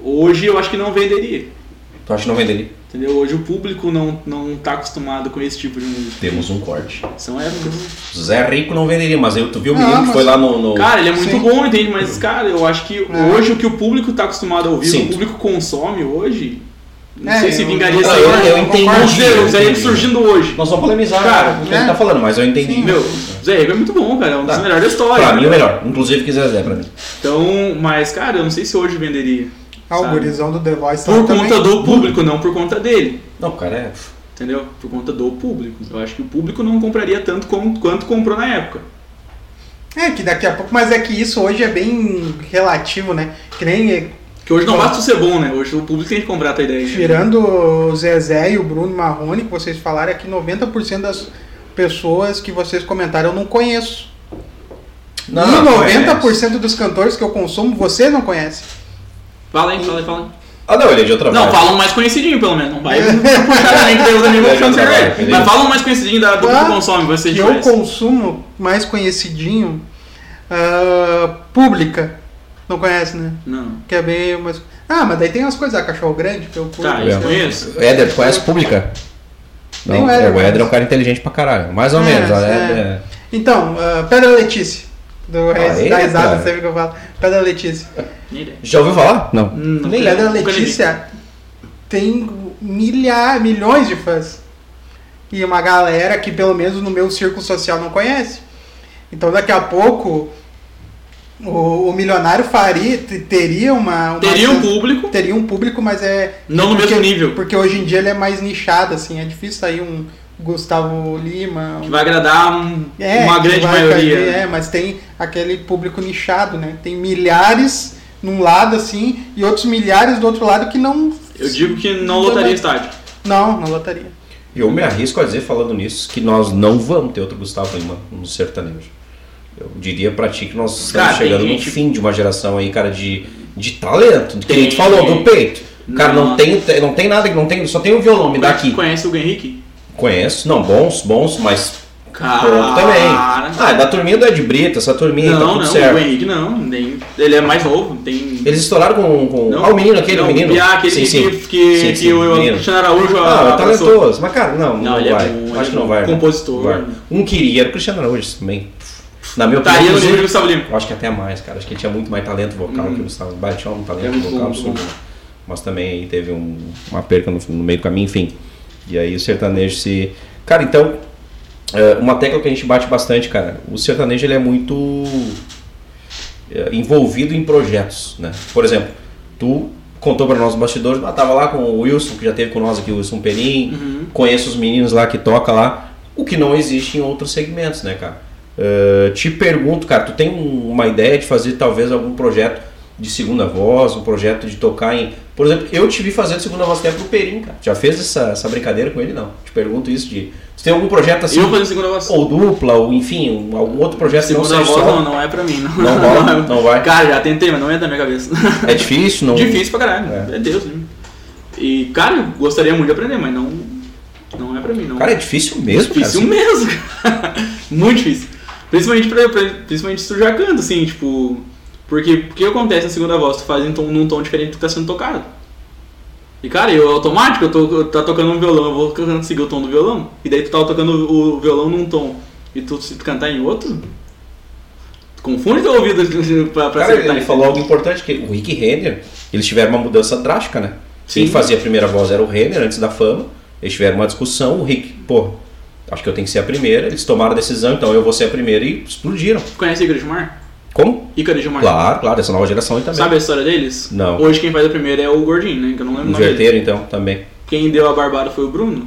S3: hoje eu acho que não venderia.
S1: Tu acha que não venderia?
S3: Entendeu? Hoje o público não, não tá acostumado com esse tipo de música.
S1: Temos um corte.
S3: São épocas.
S1: O Zé Rico não venderia, mas aí tu viu o menino
S2: Ah,
S1: que
S2: mas-
S1: foi lá no... no-
S3: Cara, ele é muito
S2: Sim. É.
S3: bom, entende? Mas, cara, eu acho que hoje o que o público tá acostumado a ouvir,
S1: Sim.
S3: o público consome hoje, não
S2: É,
S3: sei se
S2: eu-
S3: vingaria essa
S1: eu- eu
S2: concordo.
S1: entendi.
S3: Os erros aí
S1: entendi.
S3: surgindo hoje.
S1: Nós vamos polemizar
S3: Cara,
S1: cara, o que ele
S2: né?
S1: tá falando, mas eu entendi.
S3: Meu, Zé Rico é muito bom, cara. É um dos
S1: Tá.
S3: melhores da história.
S1: Pra mim é melhor, inclusive que Zezé pra mim.
S3: Então, mas, cara, eu não sei se hoje venderia.
S2: Ah, o
S3: sabe?
S2: gurizão do The Voice lá
S3: Por
S2: também.
S3: conta do público, não por conta dele.
S1: Não, cara, é...
S3: Entendeu? Por conta do público. Eu acho que o público não compraria tanto como- quanto comprou na época.
S2: É, que daqui a pouco, mas é que isso hoje é bem relativo, né? Que nem
S3: Que hoje não basta ser bom, né? Hoje o público tem que comprar a tua ideia.
S2: tirando o Zezé e o Bruno Marrone, que vocês falaram, é que 90% das pessoas que vocês comentaram eu não conheço.
S1: Não, não é-
S2: e 90% dos cantores que eu consumo, você não conhece.
S3: Fala aí, fala aí, fala aí.
S1: Ah, não, ele é de outra
S3: Não,
S1: vibe.
S3: falam mais conhecidinho, pelo menos. Não
S2: É.
S3: vai puxar nem que tem os amigos
S1: Vai
S3: puxando
S1: jogar,
S3: cerveja.
S1: vai, beleza.
S3: Mas falam mais conhecidinho da, do que
S2: Ah,
S3: tu consome, você é
S2: que eu
S3: conhece.
S2: consumo mais conhecidinho, ah, pública. Não conhece, né?
S3: Não.
S2: Quer ver umas. Ah, mas daí tem umas coisas, ah, cachorro grande, que eu curto. né?
S3: Tá, isso eu conheço.
S1: Éder, tu conhece pública?
S2: Nem
S1: Não,
S2: o Éder
S1: é, o Éder é um
S2: conhece.
S1: cara inteligente pra caralho. Mais ou
S2: É,
S1: menos. ó,
S2: é.
S1: Éder é-
S2: Então, ah, Pedra Letícia. Do Rez,
S1: Aê,
S2: da risada,
S1: cara.
S2: sempre que eu falo. Pedra Letícia.
S3: Nem ideia.
S1: Já ouviu falar? Não.
S3: Hum, Não,
S2: Nem Pedra
S3: nunca nem vi.
S2: Letícia tem milhar, milhões de fãs. E uma galera que, pelo menos no meu círculo social, não conhece. Então, daqui a pouco, o, o milionário faria, te- teria uma. uma-
S3: Teria um público,
S2: Teria um público, mas é.
S3: não no
S2: porque-
S3: mesmo nível.
S2: Porque hoje em dia ele é mais nichado, assim. É difícil sair um Gustavo Lima.
S3: Que
S2: um-
S3: vai agradar um-
S2: É,
S3: uma
S2: que
S3: grande
S2: vai
S3: maioria.
S2: fazer, é, mas tem aquele público nichado, né? Tem milhares num lado assim e outros milhares do outro lado que não.
S3: Eu digo que não
S2: Não
S3: lotaria
S2: Então vai.
S3: estádio.
S2: Não, não lotaria.
S1: Eu me arrisco a dizer, falando nisso, que nós não vamos ter outro Gustavo Lima no sertanejo. Eu diria pra ti que nós estamos
S3: Cara, tem
S1: chegando
S3: gente-
S1: no fim de uma geração aí, cara, de, de talento. Que a gente
S3: Tem.
S1: falou, do peito. Cara, não,
S3: Não.
S1: tem, não tem nada, não tem, só tem o violão, me dá aqui.
S3: Conhece o Henrique?
S1: Conheço, não, bons, bons, mas
S3: Cara.
S1: pronto também. Ah, é da turminha do Ed Brito, essa turminha aí tá
S3: Não,
S1: tudo
S3: não, o
S1: certo.
S3: Henrique não. nem- ele é mais novo, tem.
S1: Eles estouraram com, com...
S3: Não,
S1: ah, o menino, aquele
S3: não,
S1: menino.
S3: Ah, aquele
S1: sim,
S3: que,
S1: sim.
S3: que, que,
S1: Sim,
S3: que
S1: sim,
S3: o
S1: menino.
S3: Cristiano Araújo
S1: Ah, é
S3: abraçou.
S1: talentoso. Mas, cara, não, não,
S3: Não, ele é
S1: vai.
S3: bom, ele
S1: Acho
S3: é
S1: que não
S3: bom.
S1: vai. né?
S3: Compositor.
S1: Vai. Um queria era o Cristiano Araújo também. Na minha opinião,
S3: Estaria tá no nível do
S1: inclusive,
S3: Gustavo Lima.
S1: eu acho que até mais, cara. Acho que ele tinha muito mais talento vocal que o Gustavo. Batia um
S3: Hum. É
S1: talento
S3: muito
S1: vocal
S3: bom,
S1: absurdo.
S3: muito bom.
S1: Mas também aí teve um- uma perca no, no meio do caminho, enfim. E aí o sertanejo se... Cara, então, é, uma tecla que a gente bate bastante, cara. O sertanejo, ele é muito é, envolvido em projetos, né? Por exemplo, tu contou para nós os bastidores, mas tava lá com o Wilson, que já teve com nós aqui, o Wilson Perim,
S3: Uhum.
S1: conheço os meninos lá que toca lá, o que não existe em outros segmentos, né, cara? Eh, te pergunto, cara, tu tem um- uma ideia de fazer talvez algum projeto de segunda voz, um projeto de tocar em. Por exemplo, eu te vi fazendo segunda voz até pro Perim, cara. Já fez essa, essa brincadeira com ele? Não. Te pergunto isso de. Tu tem algum projeto assim?
S3: Eu fazendo segunda voz.
S1: Ou dupla, ou enfim, um- algum outro projeto que
S3: Segunda
S1: não
S3: voz
S1: seja só.
S3: não, não é pra mim. Não,
S1: Não rola, não vai.
S3: Cara, já tentei, mas não entra na minha cabeça.
S1: É difícil, não.
S3: Difícil pra caralho.
S1: É.
S3: É, Deus. né? E, cara, eu gostaria muito de aprender, mas não, não é pra mim. Não.
S1: Cara, é difícil mesmo,
S3: Difícil
S1: cara. assim.
S3: mesmo, cara. Muito difícil. Principalmente, pra, pra- principalmente se tu já canta, assim, tipo. Porque o que acontece na segunda voz? Tu faz em tom, num tom diferente do que tá sendo tocado. E cara, eu automático, eu, tô, eu tá tocando um violão, eu vou cantando, seguir o tom do violão. E daí tu tá tocando o, o violão num tom e tu se tu cantar em outro. tu Confunde teu ouvido pra, pra
S1: Cara,
S3: acertar,
S1: ele
S3: entendeu?
S1: falou algo importante, que o Rick Renner, eles tiveram uma mudança drástica, né?
S3: Sim.
S1: Quem fazia a primeira voz era o Renner, antes da fama. Eles tiveram uma discussão, o Rick, pô, acho que eu tenho que ser a primeira. Eles tomaram a decisão, então eu vou ser a primeira e explodiram.
S3: Tu Conhece Ícaro Gilmar?
S1: Como?
S3: Ícaro Gilmar.
S1: Claro, claro, dessa nova geração aí também.
S3: Sabe a história deles?
S1: É Não.
S3: Hoje quem faz a primeira é o Gordinho, né? Que eu não lembro
S1: Um
S3: o nome dele.
S1: verteiro, então, também.
S3: Quem deu a barbada foi o Bruno.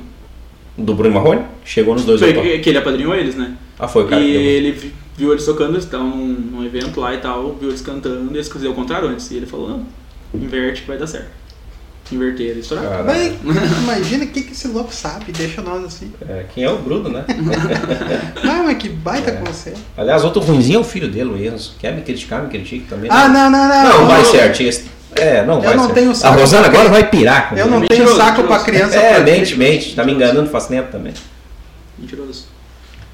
S1: Do Bruno Marrone? Chegou nos dois.
S3: Foi
S1: oitavos.
S3: que, que ele apadrinhou eles, né?
S1: Ah, foi o cara
S3: e
S1: que deu.
S3: ele vi- viu eles tocando, eles estavam num, num evento lá e tal, viu eles cantando, e eles fizeram o contrário antes. E ele falou, não, inverte que vai dar certo. Inverter, eles estouraram.
S1: Caralho.
S2: Mas imagina o que, que esse louco sabe, deixa nós assim.
S1: É, quem é o Bruno, né?
S2: Ah, mas que baita com você.
S1: Aliás, outro ruimzinho é o filho dele, o Enzo. Quer me criticar, me critique também.
S2: Ah, não, não, não.
S1: É. Não
S2: eu
S1: vai ser artista. É, não
S2: Eu
S1: vai
S2: não
S1: ser.
S2: tenho
S1: A
S2: saco.
S1: Rosana agora vai pirar. com
S2: Eu não
S1: ele.
S2: tenho
S3: Mentiroso,
S2: saco pra
S3: mentiroso.
S2: criança.
S1: É,
S2: pra-
S1: mente, mente. Tá me enganando faz tempo também.
S3: Mentiroso.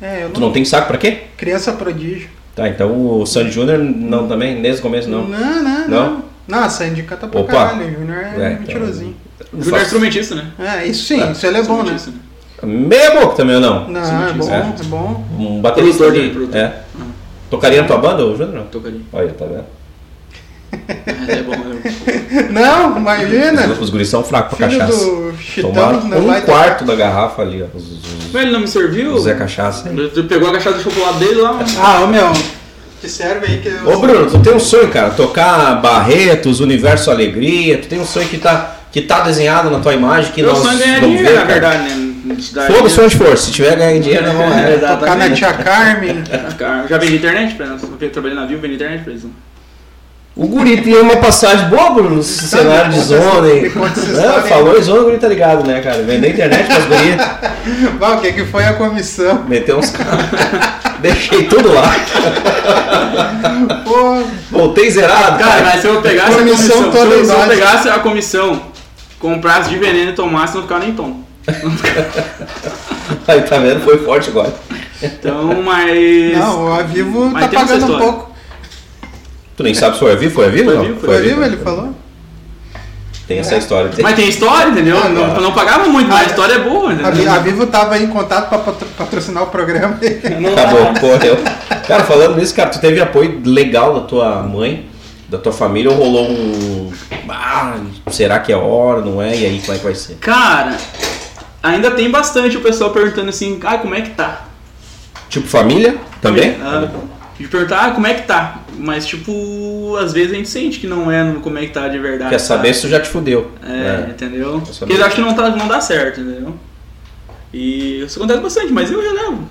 S2: É, eu
S1: Tu
S2: não...
S1: não tem saco pra quê?
S2: Criança prodígio.
S1: Tá, então o Sandy Júnior não também, desde o começo não.
S2: não, não.
S1: Não?
S2: não. Nossa, indica tá pra
S1: Opa.
S2: caralho. O Junior é,
S1: É,
S2: mentirosinho.
S1: Não
S3: Júnior é
S1: faço.
S3: instrumentista, né?
S2: É, isso sim, isso ele é bom, né?
S3: Instrumentista, né?
S1: Mesmo também ou não?
S2: Não, é bom,
S1: É.
S2: é bom.
S1: Um baterista
S3: Produtor dele,
S1: ali.
S3: produtor.
S1: É.
S3: Ah,
S1: Tocaria na tua banda, ô Júnior? não?
S3: tocaria.
S1: Olha, tá vendo?
S3: Mas é bom, né?
S2: Não, imagina.
S1: Os, os guris são fracos pra
S2: Né? Filho
S1: cachaça.
S2: do
S1: Tomaram
S2: Chitão, não vai
S1: um
S2: tocar.
S1: quarto da garrafa ali, ó. Os- os-
S3: Mas ele não me serviu?
S1: os- O Zé Cachaça. aí.
S3: Tu pegou a cachaça de chocolate dele lá?
S2: Ah, ô meu, te serve aí que eu...
S1: Ô Bruno, tu tem um sonho, cara, tocar Barretos, Universo Alegria, tu tem um sonho que tá, que tá desenhado na tua imagem, que
S3: Meu
S1: nós
S3: sonho é ganhar
S1: vamos
S3: dinheiro,
S1: ver,
S3: na
S1: cara.
S3: verdade, né? Te dar
S1: Foda-se
S3: dinheiro.
S1: onde for, se tiver ganhando dinheiro, não vamos
S3: É,
S2: Tocar na
S3: exatamente.
S2: tia Carmen.
S3: Cara, Já vendi internet pra eles. Eu trabalhei na Vivo, vendi internet pra eles. né?
S1: O guri tem uma passagem boa, Bruno, nesse
S2: Sabe,
S1: cenário de
S2: conta
S1: zona.
S2: essa-
S1: aí.
S2: me conta
S1: É,
S2: essa história aí.
S1: falou em zona, o guri tá ligado, né, cara? Vendeu internet pras gurias,
S2: Bah, o que que foi a comissão?
S1: meteu uns caras. Deixei tudo lá.
S2: Pô,
S1: Voltei zerado.
S3: Cara, mas se eu pegasse a
S2: Comissão
S3: comissão, se
S2: toda
S3: eu- se eu
S2: embaixo.
S3: pegasse a comissão, comprasse de veneno e tomasse, não ficava nem tom.
S1: Aí tá vendo, foi forte agora.
S3: Então, mas.
S2: não, a Vivo
S3: Mas
S2: tá
S3: tem essa
S2: pagando um
S3: história.
S2: pouco.
S1: Tu nem sabe se foi a vivo, foi a vivo?
S3: Foi a
S1: não?
S3: Vivo, foi
S2: Foi
S1: a
S2: Vivo, ele
S1: né?
S2: falou?
S1: Tem essa história.
S3: Mas tem história, entendeu?
S2: Ah,
S3: Não,
S1: tá.
S3: não pagava muito, mas
S2: Ah,
S3: a história é boa,
S2: A, Vi-
S3: entendeu?
S2: a Vivo tava em contato pra patro- patrocinar o programa.
S1: Acabou, correu. Cara, falando nisso, cara, tu teve apoio legal da tua mãe, da tua família, ou rolou um. Ah, será que é hora, não é? E aí, como é que vai ser?
S3: Cara, ainda tem bastante o pessoal perguntando assim, ah, como é que tá?
S1: Tipo, família também?
S3: Ah, de perguntar, ah, como é que tá? Mas, tipo, às vezes a gente sente que não é no como é que tá de verdade.
S1: Quer saber
S3: sabe?
S1: se tu já te fudeu.
S3: É,
S1: né?
S3: entendeu?
S1: sabia.
S3: Porque eles acham que não, tá, não dá certo, entendeu? E isso acontece bastante, mas eu relevo.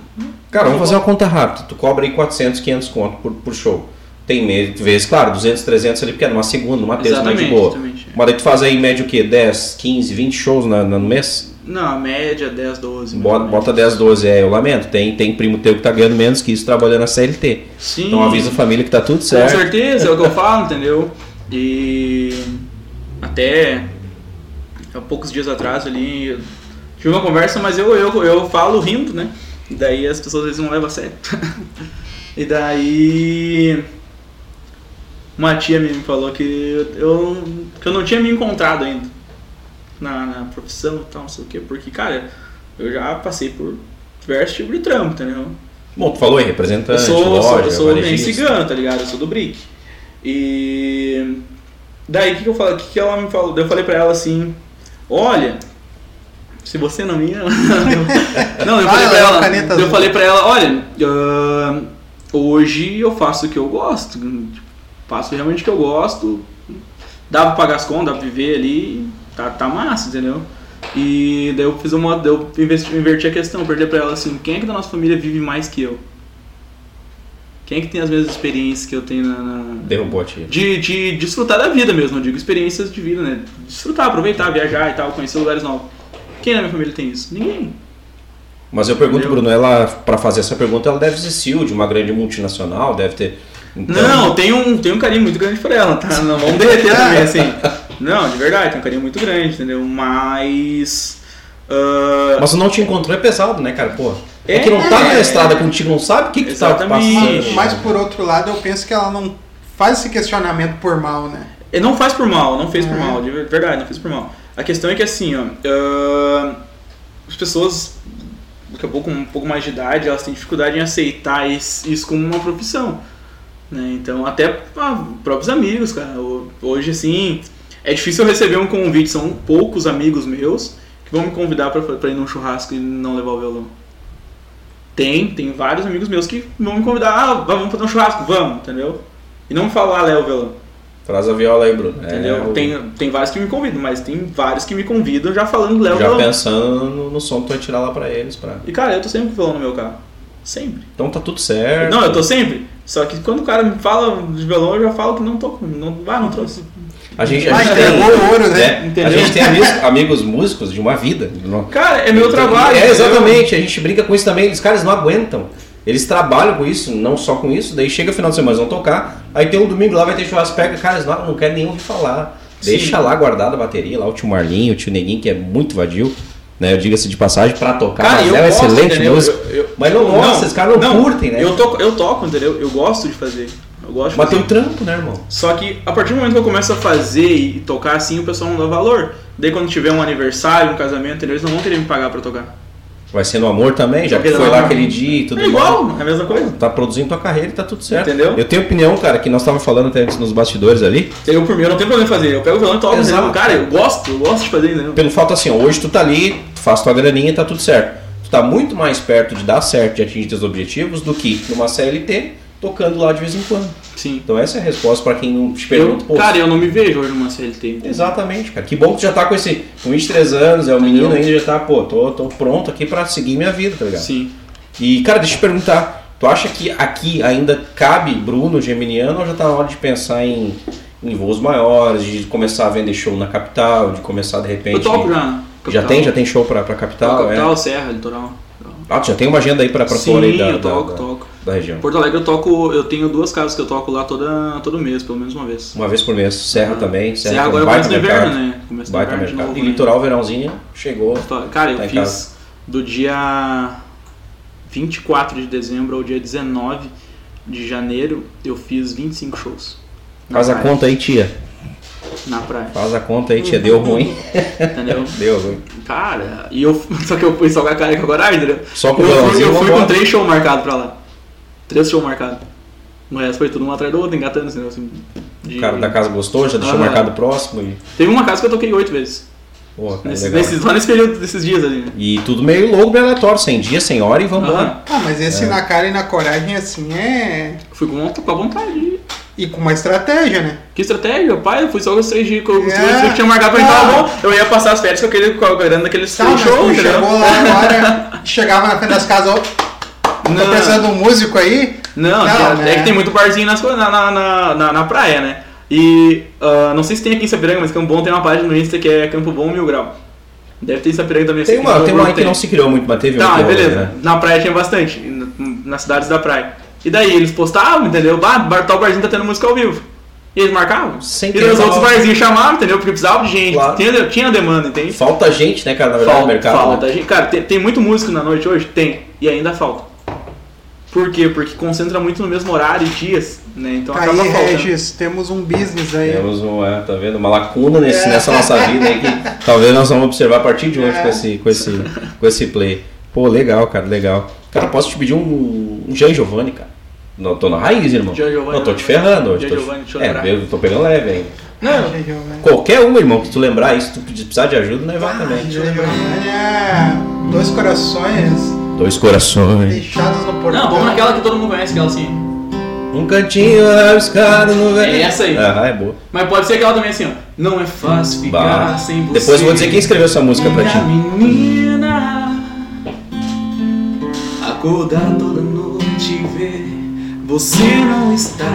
S1: Cara, vamos fazer uma conta rápida. Tu cobra aí 400, 500 conto por, por show. Tem me- vezes, claro, 200, 300 ali, porque é numa segunda, numa terça, mais de
S3: Exatamente,
S1: boa.
S3: exatamente.
S1: Mas daí tu faz aí em média o quê? 10, 15, 20 shows na- na- no mês?
S3: Não, a média 10, 12. mais ou
S1: Bota,
S3: menos.
S1: bota 10, 12, é, eu lamento. Tem, tem primo teu que tá ganhando menos que isso trabalhando na CLT.
S3: Sim.
S1: Então avisa a família que tá tudo
S3: Uhum. Com
S1: certo.
S3: certeza, é o que eu falo, entendeu? E até há poucos dias atrás ali eu tive uma conversa, mas eu, eu, eu falo rindo, né? E daí as pessoas às vezes não levam a sério. e daí uma tia me falou que eu, que eu não tinha me encontrado ainda na, na profissão e tal, não sei o quê, porque, cara, eu já passei por diversos tipos de trampo, entendeu?
S1: Bom, tu falou aí, representante,
S3: Eu sou, eu sou,
S1: loja,
S3: eu sou bem
S1: varejista.
S3: cigano, tá ligado? Eu sou do Brick. E daí o que, que eu falo? O que, que ela me falou? Daí Eu falei pra ela assim, olha, se você não me ama. não, eu
S2: Ah,
S3: falei
S2: ela
S3: pra
S2: é uma
S3: ela.
S2: caneta
S3: eu
S2: azul.
S3: falei pra ela, olha, ah, hoje eu faço o que eu gosto. tipo, Faço realmente o que eu gosto. Dá pra pagar as contas, dá pra viver ali. Tá, tá massa, entendeu? E daí eu fiz uma. daí Eu investi- inverti a questão, eu perguntei pra ela assim, quem é que da nossa família vive mais que eu? Quem é que tem as mesmas experiências que eu tenho na. na-
S1: Derrubou a tia.
S3: De, de desfrutar da vida mesmo, eu digo experiências de vida, né? Desfrutar, aproveitar, viajar e tal, conhecer lugares novos. Quem na minha família tem isso? Ninguém.
S1: Mas eu pergunto,
S3: Entendeu?
S1: Bruno, ela, pra fazer essa pergunta, ela deve ser CEO de uma grande multinacional, deve ter. Então,
S3: Não, tem um, tem um carinho muito grande por ela, tá? Não vamos derreter também, assim. Não, de verdade, tem um carinho muito grande, entendeu? Mas. ah,
S1: Mas se não te encontrou é pesado, né, cara? Pô, é,
S3: É,
S1: que não tá na
S3: é.
S1: estrada contigo, não sabe o que que tá
S3: Exatamente.
S1: passando.
S2: Mas por outro lado, eu penso que ela não faz esse questionamento por mal, né?
S3: Ele não faz por mal, não fez por
S2: Uhum.
S3: mal, de ver- verdade, não fez por mal. A questão é que assim, ó, ahn, as pessoas, daqui a pouco, com um pouco mais de idade, elas têm dificuldade em aceitar esse- isso como uma profissão. Né? Então, até ah, próprios amigos, cara. ho- Hoje, assim, é difícil eu receber um convite, são poucos amigos meus que vão me convidar pra pra ir num churrasco e não levar o violão. Tem, tem vários amigos meus que vão me convidar, ah, vamos fazer um churrasco, vamos, entendeu? E não falar, "Ah, leva o violão.
S1: Traz a viola aí, Bruno.
S3: Entendeu?
S1: É, o-
S3: Tem, tem vários que me convidam, mas tem vários que me convidam já falando
S1: Já
S3: Léo violão.
S1: pensando no, no som que tu vai tirar lá pra eles. Pra...
S3: E cara, eu tô sempre com violão no meu carro. Sempre.
S1: Então tá tudo certo.
S3: Não, eu tô sempre. Só que quando o cara me fala de violão, eu já falo que não tô com. Não, ah, não trouxe.
S1: A gente, a
S2: Mas
S1: gente
S2: entregou
S1: tem.
S2: o ouro, né?
S1: né? A
S3: Entendeu?
S1: gente tem amigos, amigos músicos de uma vida. Não-
S3: Cara, é meu trabalho.
S1: É,
S3: entendeu?
S1: exatamente. A gente brinca com isso também. Eles, caras, não aguentam. Eles trabalham com isso, não só com isso. Daí chega o final de semana, eles vão tocar. Aí tem um domingo lá, vai ter churrasco, pega. Cara, eles não, não querem nem ouvir falar.
S3: Sim.
S1: Deixa lá guardada a bateria, lá o tio Marlinho, o tio Neguinho, que é muito vadio. Né, Diga-se de passagem, pra tocar.
S3: Cara,
S1: mas
S3: eu
S1: é um
S3: gosto,
S1: excelente
S3: entendeu?
S1: músico.
S3: Eu- eu-
S1: Mas não gosta, esses caras não curtem, né?
S3: Eu toco, eu toco, entendeu? Eu gosto de fazer. Eu gosto de
S1: Mas
S3: fazer.
S1: tem um trampo, né, irmão?
S3: Só que a partir do momento que eu começo a fazer e tocar assim, o pessoal não dá valor. Daí quando tiver um aniversário, um casamento, entendeu? eles não vão querer me pagar pra tocar.
S1: Vai ser no amor também, já que
S3: Porque
S1: foi
S3: não,
S1: lá
S3: não.
S1: aquele dia e tudo
S3: é igual, é a mesma coisa.
S1: mais. Tá produzindo tua carreira e tá tudo certo.
S3: Entendeu?
S1: Eu tenho opinião, cara, que nós tava falando até antes nos bastidores ali.
S3: Eu, por mim, eu não tenho problema em fazer. Eu pego o violão e toco,
S1: Exato.
S3: entendeu? Cara, eu gosto, eu gosto de fazer, entendeu?
S1: Pelo fato assim, ó, hoje tu tá ali, tu faz tua graninha e tá tudo certo. Tu tá muito mais perto de dar certo, de atingir teus objetivos, do que numa CLT tocando lá de vez em quando.
S3: Sim.
S1: Então essa é a resposta pra quem não te
S3: Eu,
S1: pergunta, pô.
S3: cara, eu não me vejo hoje numa CLT.
S1: Exatamente, cara. Que bom que tu já tá com esse com 23 anos, é um menino ainda, já tá, pô, tô, tô pronto aqui pra seguir minha vida, tá ligado?
S3: Sim.
S1: E, cara, deixa eu te perguntar, tu acha que aqui ainda cabe Bruno Geminiano ou já tá na hora de pensar em, em voos maiores, de começar a vender show na capital, de começar de repente.
S3: Eu toco já. tá, na
S1: Já
S3: capital.
S1: tem, já tem show pra, pra capital?
S3: Na
S1: é?
S3: capital, Serra, Litoral.
S1: Ah, tu já tem uma agenda aí pra, pra
S3: Sim,
S1: fora aí da,
S3: eu
S1: da-
S3: toco,
S1: da-
S3: toco.
S1: da região.
S3: Em Porto Alegre eu toco, eu tenho duas casas que eu toco lá toda, todo mês, pelo menos uma vez.
S1: Uma vez por mês. Serra
S3: Ah.
S1: também. Serra,
S3: Serra
S1: tem um
S3: agora
S1: baita
S3: começa no
S1: mercado,
S3: inverno, né? Começa no
S1: Baita
S3: inverno de
S1: mercado.
S3: novo,
S1: e
S3: né?
S1: litoral, verãozinho, chegou.
S3: Cara, eu
S1: Tá em
S3: fiz
S1: casa.
S3: do dia 24 de dezembro ao dia 19 de janeiro, eu fiz 25 shows. Na
S1: Faz a
S3: praia.
S1: conta aí, tia.
S3: Na praia,
S1: Faz a conta aí, tia. Deu ruim.
S3: entendeu?
S1: Deu ruim.
S3: Cara, e eu. Só que eu fui salgar a cara com a coragem, entendeu?
S1: Só com é o
S3: né? eu, fui,
S1: violãozinho,
S3: eu fui com
S1: vambora.
S3: três shows marcados pra lá. Três shows marcados. O resto foi tudo um atrás do outro, engatando esse negócio. de-
S1: O cara da casa gostou, já deixou
S3: Ah.
S1: marcado o próximo. E...
S3: Teve uma casa que eu toquei oito vezes.
S1: Pô, cara,
S3: Nesse,
S1: legal.
S3: nesses, só nesse período desses dias ali, né?
S1: E tudo meio louco, meio aleatório, sem dia, sem hora e vambora.
S2: Ah, mas esse
S1: É.
S2: na cara e na coragem, assim, é.
S3: Aham. Fui com, vontade- com a vontade.
S2: E com uma estratégia, né?
S3: Que estratégia, pai? Eu fui só os três dias que eu, os
S2: É.
S3: três dias que eu tinha marcado pra gente.
S2: Não.
S3: Tava bom, eu ia passar as férias com aquele com a grana daqueles
S2: Tá, mas
S3: três shows,
S2: tu
S3: entendeu?
S2: chegou lá agora, chegava na frente das casas, ó, tô
S3: Não,
S2: pensando um músico aí.
S3: Não,
S2: Não,
S3: é-
S2: né?
S3: é que tem muito barzinho nas, co- na, na, na, na- na praia, né? E ah, não sei se tem aqui em Sapiranga, mas Campo Bom tem uma página no Insta que é Campo Bom Mil Grau. Deve ter em Sapiranga também. eu sei
S1: Tem
S3: que
S1: uma,
S3: Campo
S1: tem
S3: Bom
S1: uma aí que não se criou muito, mas teve uma
S3: Tá,
S1: que rolou,
S3: beleza.
S1: né?
S3: Na praia tinha bastante, n- nas cidades da praia. E daí eles postavam, entendeu? Bah, bar- tal barzinho tá tendo música ao vivo. E eles marcavam.
S1: Sem
S3: e daí os
S1: pensar.
S3: outros barzinhos chamavam, entendeu? Porque precisava de gente.
S1: Claro.
S3: Tinha, tinha demanda, entende?
S1: Falta gente, né, cara, na verdade, no mercado.
S3: falta.
S1: né?
S3: Gente, cara, tem, tem muito músico na noite hoje? Tem. E ainda falta. Por quê? Porque concentra muito no mesmo horário e dias, né? Então
S2: Aí,
S3: acaba faltando.
S2: Regis, temos um business aí.
S1: Temos um, é, tá vendo? Uma lacuna nesse- nessa nossa vida aí que talvez nós vamos observar a partir de hoje
S2: É.
S1: com, esse, com, esse, com esse play. Pô, legal, cara, legal. Cara, posso te pedir um, um Jean Giovanni, cara? Não, tô na raiz, irmão.
S3: Jean Giovanni,
S1: Não, tô te
S3: Jean
S1: ferrando hoje.
S3: Jean
S1: tô te-
S3: Giovanni, deixa eu lembrar.
S1: é, eu tô pegando leve ainda.
S2: Não. Regis, né?
S1: Qualquer um, irmão, que tu lembrar isso, tu precisar de ajuda, nós
S3: Ah,
S1: vai também.
S2: Ah, Regis Giovanni é dois corações
S1: Dois corações.
S2: deixados no portão.
S3: Não, vamos naquela que todo mundo conhece, aquela assim.
S1: Um cantinho arriscado no
S3: É essa aí.
S1: Ah, é boa.
S3: Mas pode ser aquela também assim, ó. Não é fácil ficar
S1: Bah.
S3: sem você.
S1: Depois eu vou dizer quem escreveu essa música pra
S3: Minha
S1: ti.
S3: menina Acordar toda noite e ver Você não está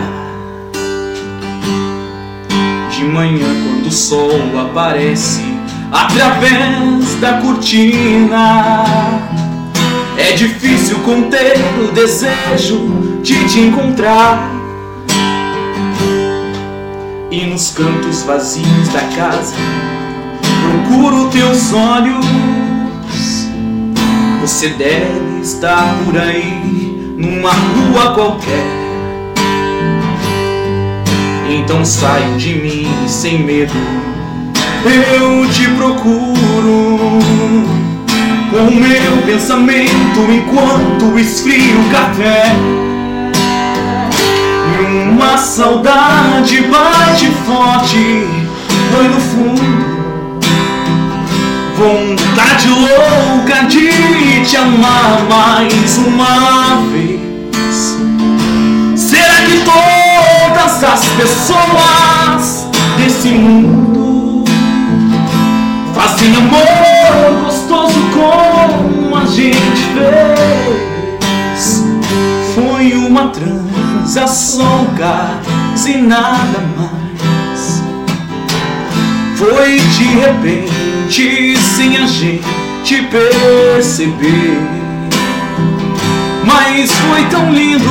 S3: De manhã quando o sol aparece Através da cortina É difícil conter o desejo de te encontrar E nos cantos vazios da casa Procuro teus olhos Você deve estar por aí numa rua qualquer. Então saio de mim sem medo, eu te procuro. Com o meu pensamento enquanto esfrio o café. E uma saudade bate forte, dói no fundo. Vontade louca de te amar mais uma vez. Será que todas as pessoas desse mundo fazem amor gostoso como a gente fez? Foi uma transação, cara, sem nada mais foi de repente sem a gente perceber. Mas foi tão lindo,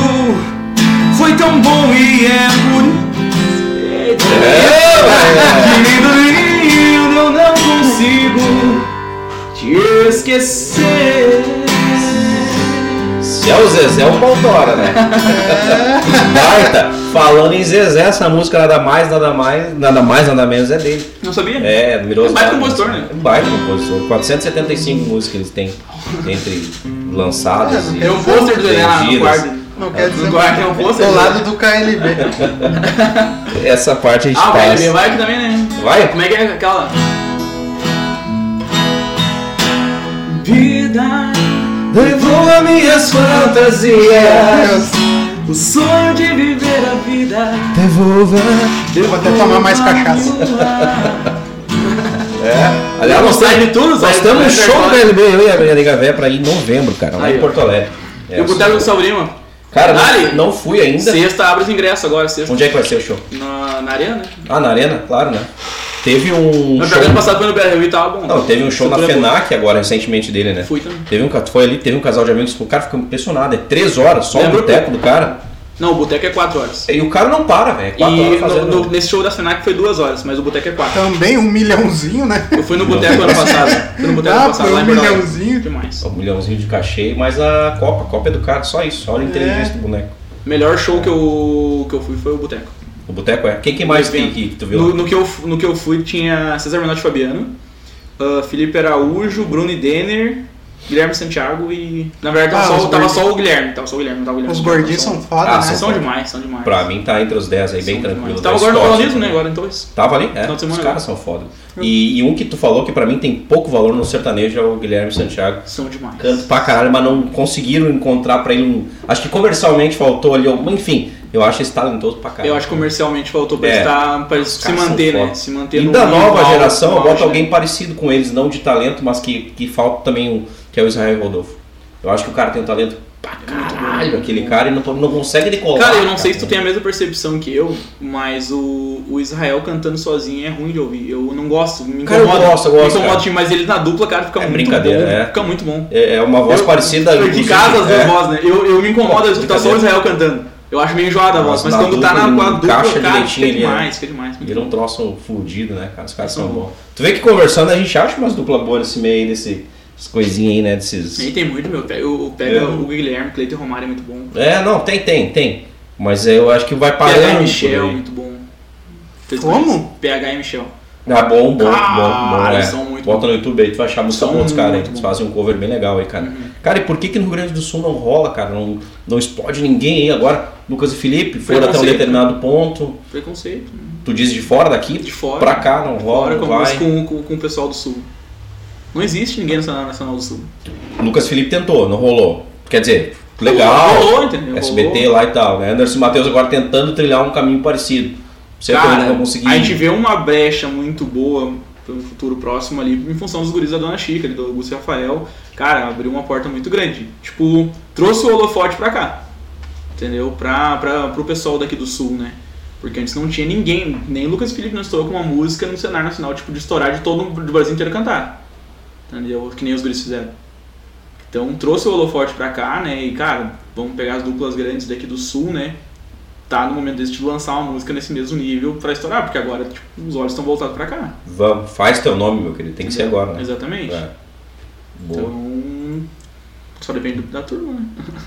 S3: foi tão bom e é bonito.
S1: É,
S3: Que lindo, lindo, eu não consigo te esquecer.
S1: Se é o Zezé, é o Pautora, né?
S3: É.
S1: Marta, falando em Zezé, essa música nada mais, nada mais, nada mais, nada menos é dele.
S3: Não sabia?
S1: É, virou
S3: É baita compositor, né?
S1: É baita compositor. 475 músicas eles têm entre lançadas e.
S3: É um pôster do Zé lá no
S1: vendidas.
S3: quarto.
S2: Não quer dizer
S3: Do quarto é um É. pôster.
S2: do lado do KLB.
S1: Essa parte a gente
S3: Ah, o
S1: faz.
S3: KLB vai aqui também, né?
S1: Vai?
S3: Como é que é aquela? Vida levou minhas fantasias. O sonho de viver a vida.
S1: Devolva.
S2: Vou até tomar mais cachaça.
S1: É. Aliás, nós
S3: Sai de
S1: temos,
S3: tudo, sai
S1: nós
S3: de
S1: temos um
S3: tudo,
S1: show do
S3: sai
S1: LB, eu e a minha Liga Véia pra ir em novembro, cara, lá
S3: Aí,
S1: em
S3: ó.
S1: Porto Alegre. É,
S3: E o Boteco do Saurima.
S1: Cara,
S3: Ali.
S1: não, não fui ainda.
S3: Sexta abre os ingressos agora, sexta.
S1: Onde é que vai ser o show?
S3: Na, na arena.
S1: Ah, na Arena? Claro, né? Teve um.
S3: No
S1: show...
S3: programa passado foi no BRU e tava bom.
S1: Não, teve um show na
S3: Estrutura boa.
S1: FENAC agora, recentemente dele, né?
S3: tá Fui também.
S1: Teve um, ca- foi ali, teve um casal de amigos, o cara ficou impressionado, é três horas, só o
S3: Lembra?
S1: boteco do cara.
S3: Não, o Boteco é 4 horas.
S1: E o cara não para, velho. é
S3: E
S1: Quatro horas
S3: no-
S1: fazendo.
S3: no- nesse show da Senac foi 2 horas, mas o Boteco é 4.
S2: Também um milhãozinho, né?
S3: Eu fui no boteco ano passado. Fui no boteco
S2: Ah,
S3: ano passado,
S2: foi
S3: lá em
S2: um
S3: Porto Alegre.
S2: milhãozinho.
S3: Demais.
S1: Um milhãozinho de cachê, mas a Copa, a Copa é do cara, só isso, só a inteligência do boneco.
S3: Melhor show que eu, que eu fui foi o boteco.
S1: O boteco é. Quem que mais
S3: No evento.
S1: tem que tu viu?
S3: No, no que eu, fu- no que eu fui tinha César Menotti e Fabiano, ah, Felipe Araújo, Bruno e Denner, Guilherme Santiago e. Na verdade tava,
S2: Ah,
S3: só,
S2: os
S3: tava
S2: gordi-
S3: só o Guilherme, tava só o Guilherme, não tava o Guilherme.
S2: Os gordinhos são foda,
S1: Ah,
S2: né?
S1: são
S3: São demais, são demais.
S1: Pra mim tá entre os 10 aí, bem
S3: São
S1: tranquilo. é
S3: demais. Tava
S1: da
S3: agora no
S1: Escócia
S3: Paulismo, né?
S1: também.
S3: Agora então isso.
S1: Tava ali? É,
S3: Final de
S1: os
S3: semana.
S1: caras são foda. E, e um que tu falou que pra mim tem pouco valor no sertanejo é o Guilherme Santiago.
S3: São demais.
S1: Canto pra caralho, mas não conseguiram encontrar pra ele um. Acho que comercialmente faltou ali alguma. Enfim, eu acho esse talentoso pra caralho.
S3: Eu acho que comercialmente faltou pra
S1: É.
S3: eles tá- pra eles se
S1: caras são
S3: manter, né?
S1: foda.
S3: Se manter
S1: E
S3: no
S1: da
S3: nível
S1: nova
S3: alto,
S1: geração, eu
S3: alto,
S1: boto
S3: né?
S1: alguém parecido com eles, não de talento, mas que, que falta também um, que é o Israel Rodolfo. Eu acho que o cara tem um talento pra caralho, aquele cara, e não, to- não consegue decolar.
S3: Cara, eu não sei se tu tem a mesma percepção que eu, mas o, o Israel cantando sozinho é ruim de ouvir. Eu não gosto, me
S1: Cara,
S3: incomoda.
S1: eu gosto, eu gosto,
S3: Me incomoda,
S1: cara.
S3: demais, mas ele na dupla, cara, fica
S1: É
S3: muito
S1: brincadeira,
S3: bom.
S1: é.
S3: Fica muito bom.
S1: É, é uma voz
S3: Eu-
S1: parecida.
S3: Eu de
S1: inclusive,
S3: casa as duas
S1: é.
S3: vozes, né? Eu, eu me incomodo a escutar só o
S1: Brincadeira.
S3: Israel cantando. Eu acho meio enjoada a
S1: Nossa,
S3: voz, mas
S1: na
S3: quando tá na,
S1: dupla,
S3: com a dupla,
S1: encaixa
S3: cara,
S1: direitinho
S3: fica
S1: ali, né?
S3: demais, fica demais. muito
S1: Vira um
S3: bom.
S1: troço fudido, né, cara? Os caras são
S3: São
S1: bons. Tu vê que conversando a gente acha umas duplas boas nesse meio aí, nesse- essas coisinhas aí, né? Desses.
S3: E aí tem muito, meu. Pega, o- pega
S1: É.
S3: o Guilherme, Cleiton Romário é muito bom.
S1: É, não, tem, tem, tem. Mas eu acho que vai parando.
S3: PH e
S1: por
S3: Michel,
S1: aí.
S3: muito bom. Vocês
S2: Como?
S3: conhecem? PH e Michel.
S1: Ah, bom, bom, bom, bom.
S3: Cara,
S1: é.
S3: são muito
S1: Bota no YouTube aí, tu vai achar música
S3: São
S1: boa dos caras aí.
S3: muito Uhum.
S1: Eles
S3: bons.
S1: fazem um cover bem legal aí, cara. Cara, e por que que no Rio Grande do Sul não rola, cara? Não, não explode ninguém aí agora. Lucas e Felipe foram até um
S3: Preconceito.
S1: determinado ponto.
S3: Preconceito.
S1: Tu diz de fora daqui?
S3: De fora.
S1: Pra cá não rola,
S3: Fora
S1: não
S3: com, mas
S1: vai.
S3: com, com, com o pessoal do Sul. Não existe ninguém nacional, nacional do Sul.
S1: Lucas Felipe tentou, não rolou. Quer dizer, legal.
S3: Rolou, né? entendeu?
S1: SBT
S3: Rolou.
S1: lá e tal, né? Anderson e Matheus agora tentando trilhar um caminho parecido. Certamente
S3: Cara,
S1: vão conseguir.
S3: a gente vê uma brecha muito boa pro futuro próximo ali, em função dos guris da Dona Chica, ali, do Augusto e Rafael. Cara, abriu uma porta muito grande. Tipo, trouxe o holofote pra cá.
S5: entendeu? Pra, pra, pro pessoal daqui do Sul, né? Porque antes não tinha ninguém, nem Lucas Felipe não estourou com uma música no cenário nacional, tipo, de estourar de todo o Brasil inteiro cantar. Entendeu? Que nem os guris fizeram. Então trouxe o holofote pra cá, né? E cara, vamos pegar as duplas grandes daqui do sul, né? Tá no momento desse de lançar uma música nesse mesmo nível pra estourar, porque agora tipo, os olhos estão voltados pra cá.
S1: Vamos, faz teu nome, meu querido. Tem que ser agora, né?
S5: Exatamente.
S1: É. Boa.
S5: Então. Só depende da turma, né?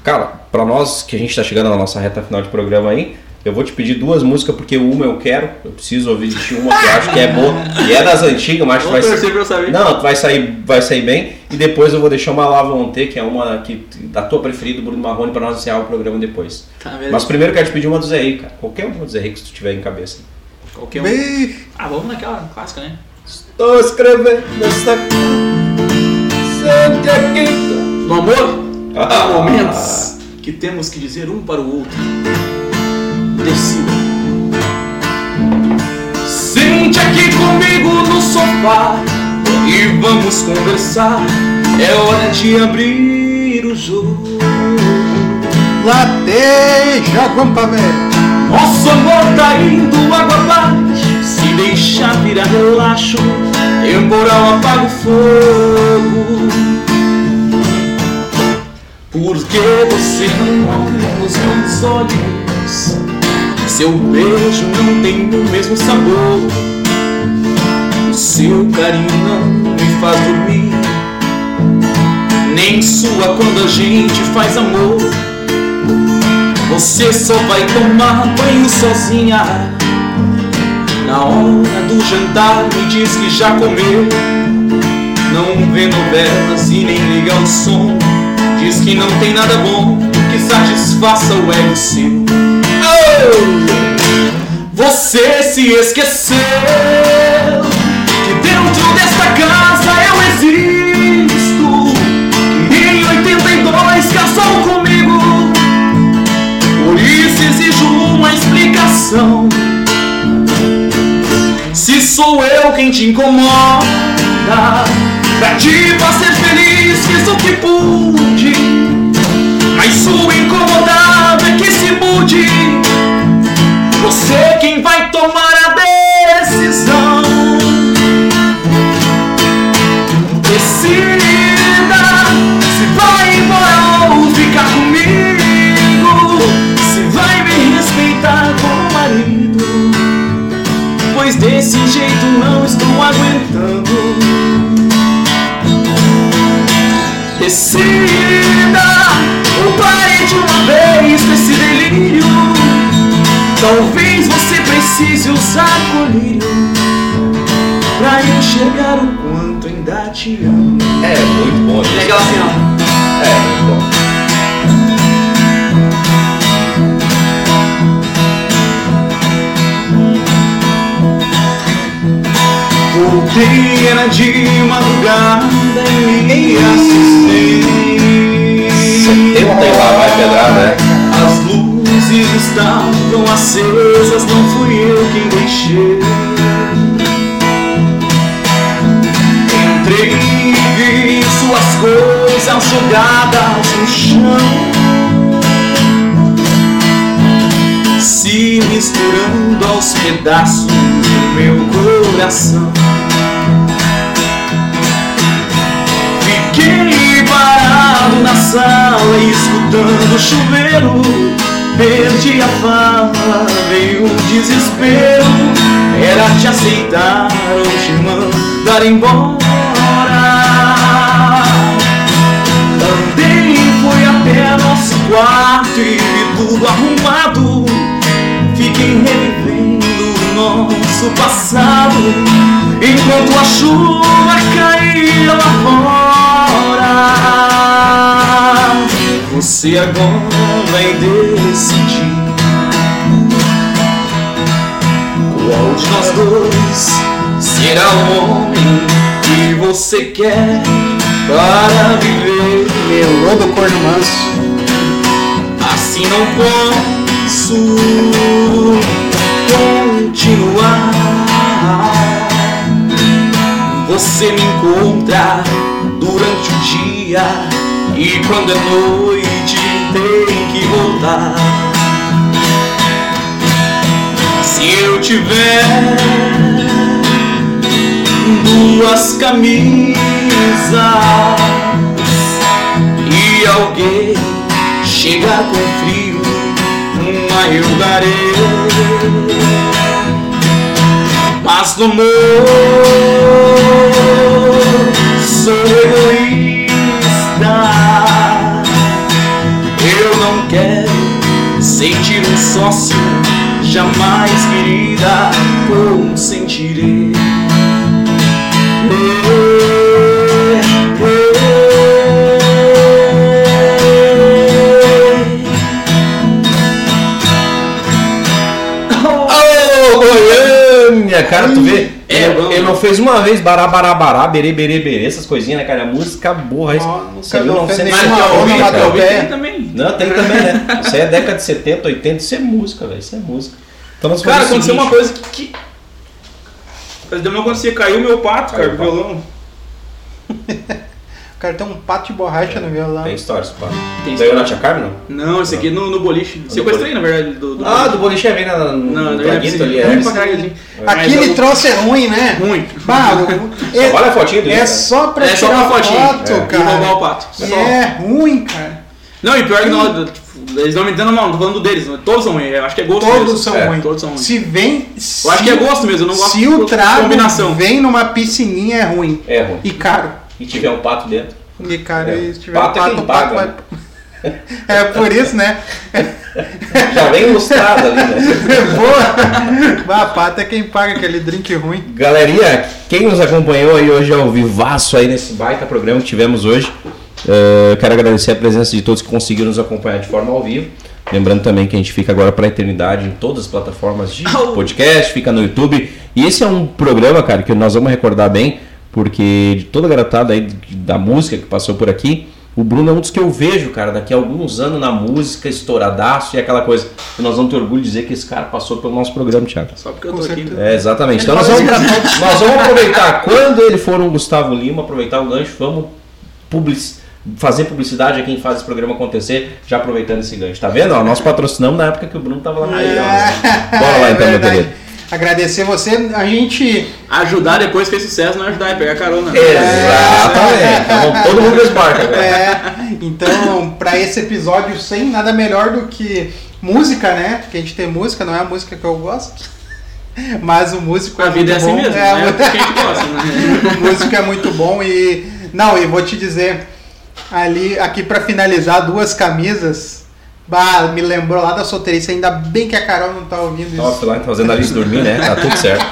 S1: Cara, pra nós que a gente tá chegando na nossa reta final de programa aí, eu vou te pedir duas músicas, porque uma eu quero, eu preciso ouvir de uma que eu acho que é boa. E é das antigas, mas acho que vai
S5: Vamos torcer
S1: ser.
S5: pra eu saber.
S1: Não, vai sair, vai sair bem. E depois eu vou deixar uma Lava Ontem, que é uma que, da tua preferida, do Bruno Marrone, pra nós encerrar o programa depois.
S5: Tá, beleza.
S1: Mas primeiro eu quero te pedir uma do Zé Rico, cara. Qualquer uma do Zé Rico que tu tiver em cabeça.
S5: Qualquer um.
S2: Bem,
S5: Ah, vamos naquela clássica, né?
S1: Estou escrevendo essa Sempre aqui.
S5: No amor,
S1: Ah,
S5: há momentos que temos que dizer um para o outro. Decida. Sente aqui comigo no sofá e vamos conversar. É hora de abrir o jogo.
S3: um-
S2: lateja, guampa, velho.
S5: Nosso amor tá indo água abaixo. Se deixar virar relaxo, temporal apaga o fogo. Por que você não olha nos meus olhos? Seu beijo não tem o mesmo sabor. O seu carinho não me faz dormir. Nem sua quando a gente faz amor. Você só vai tomar banho sozinha. Na hora do jantar me diz que já comeu. Não vê novelas e nem liga o som. Diz que não tem nada bom que satisfaça o ego seu. Oh! Você se esqueceu que dentro desta casa eu existo. Que em 82 casou comigo. Por isso exijo uma explicação. Se sou eu quem te incomoda, pra ti pra ser feliz fiz o que pude. Mas sua incomodada é que se mude. Você é quem vai tomar a decisão. Decida se vai embora ou ficar comigo. Se vai me respeitar como marido. Pois desse jeito não estou aguentando. Decida ou pare de uma vez desse delírio. Talvez você precise usar colírio pra enxergar o quanto ainda te amo.
S1: É muito bom. gente.
S5: Legal assim, ó.
S1: É muito bom.
S5: Voltei era de madrugada e me assustei.
S1: Tenta ir um lá, vai pedrar, né?
S5: As luzes estavam acesas, não fui eu quem deixei. Entrei e vi suas coisas jogadas no chão, se misturando aos pedaços do meu coração. Fiquei parado na sala escutando o chuveiro Perdi a fala, veio um desespero Era te aceitar ou te mandar embora Andei, fui até nosso quarto e vi tudo arrumado Fiquei revivendo o nosso passado Enquanto a chuva caía lá fora Você agora é tipo, vai decidir Qual de nós dois será o homem que você quer para viver
S2: Melô do corno manso.
S5: Assim não posso continuar. Você me encontra durante o dia e quando é noite gente tem que voltar. Se eu tiver duas camisas e alguém chegar com frio, uma eu darei. Mas no amor sou egoísta. Eu não quero sentir um sócio, jamais querida consentirei. Ei, ei.
S1: Ô, Goiânia! Cara, tu vê.
S5: É,
S1: ele,
S5: bom.
S1: ele não fez uma vez bará, bará, bará, berê, berê, berê, essas coisinhas, né, cara? A música burra. isso-
S2: Ó,
S1: isso
S2: nunca
S1: aí eu
S2: me
S1: não sei
S2: ofendeu
S1: mais o que
S2: uma
S1: eu
S3: né,
S1: ouvi,
S2: onda,
S1: cara.
S2: bateu pé.
S3: Tem também.
S1: Não, tem também, né? Isso aí é década de 70, 80, isso é música, velho. Isso é música. Então nós
S3: Cara,
S1: fazemos o
S3: aconteceu
S1: seguinte,
S3: uma coisa que. que... Mas deu meu acontecer, caiu meu pato, cara,
S1: Caiu
S3: do
S1: o pato.
S3: violão.
S2: O cara tem um pato de borracha no violão.
S1: Tem stories, pá.
S3: Tem
S1: Veio
S3: história.
S1: na Tia Carmen, não?
S3: Não, esse aqui é no, no boliche. Sequestrei, na verdade, do. do
S1: Ah, do boliche é bem na, no
S3: Não,
S1: no
S3: não é
S1: Braguito
S3: possível.
S1: ali, é.
S3: Ruim pra caralho, assim. Mas
S2: Aquele
S3: eu-
S2: troço é ruim, né?
S3: Ruim.
S2: Bah, o- é,
S1: Olha a fotinha do
S2: é
S1: Inter.
S2: só pra
S3: É só
S2: tirar
S3: uma fotinha.
S2: foto,
S3: é. E
S2: cara.
S3: roubar o pato.
S2: Que
S3: Só.
S2: é ruim, cara.
S3: Não, e pior que não, tipo, eles não me entendam mal, não tô falando deles, não. todos são ruins, eu acho que é gosto mesmo.
S2: Todos são
S1: É,
S2: ruins.
S3: todos são ruins.
S2: Se vem.
S3: Eu acho que é gosto mesmo, eu não gosto
S2: Se o
S3: de
S2: trago
S3: combinação.
S2: vem numa piscininha, é ruim.
S1: É ruim.
S2: E caro.
S1: E tiver um pato dentro.
S2: E cara,
S1: É.
S2: se tiver
S1: Pato é quem paga.
S2: vai- É por isso, né?
S1: Já vem ilustrado ali, né?
S2: É Boa! Bah, pato é quem paga aquele drink ruim.
S1: Galerinha, quem nos acompanhou aí hoje ao vivaço aí nesse baita programa que tivemos hoje, eh, eu quero agradecer a presença de todos que conseguiram nos acompanhar de forma ao vivo. Lembrando também que a gente fica agora para a eternidade em todas as plataformas de podcast, fica no YouTube. E esse é um programa, cara, que nós vamos recordar bem, porque de toda a garotada aí de- da música que passou por aqui, o Bruno é um dos que eu vejo, cara, daqui a alguns anos na música, estouradaço e aquela coisa. E nós vamos ter orgulho de dizer que esse cara passou pelo nosso programa, Thiago.
S3: Só porque eu
S2: Com
S3: tô aqui. né?
S2: certeza.
S1: É, exatamente. Então nós
S2: Ele
S1: vamos,
S2: fala
S1: nós vamos aproveitar quando ele for um Gustavo Lima, aproveitar o gancho, vamos publici- fazer publicidade a quem faz esse programa acontecer, já aproveitando esse gancho. Tá vendo? Ó, nós patrocinamos na época que o Bruno tava lá na Ilha. Bora lá
S2: É
S1: então, meu
S2: verdade.
S1: querido.
S2: Agradecer você. A gente
S3: Ajudar depois fez sucesso, não é ajudar, é pegar carona.
S1: Exatamente. Então, todo mundo desbarca, velho.
S2: É, então, pra esse episódio sem nada melhor do que música, né? Porque a gente tem música, não é a música que eu gosto. Mas o músico
S3: A
S2: é
S3: vida
S2: muito
S3: é assim
S2: bom.
S3: mesmo,
S2: É,
S3: né? Porque a gente gosta, né?
S2: O músico é muito bom e não, e vou te dizer ali aqui pra finalizar duas camisas. Bah, me lembrou lá da solteirice, ainda bem que a Carol não tá ouvindo
S1: Tava
S2: isso.
S1: offline fazendo a Alice dormir, né? Tá tudo certo.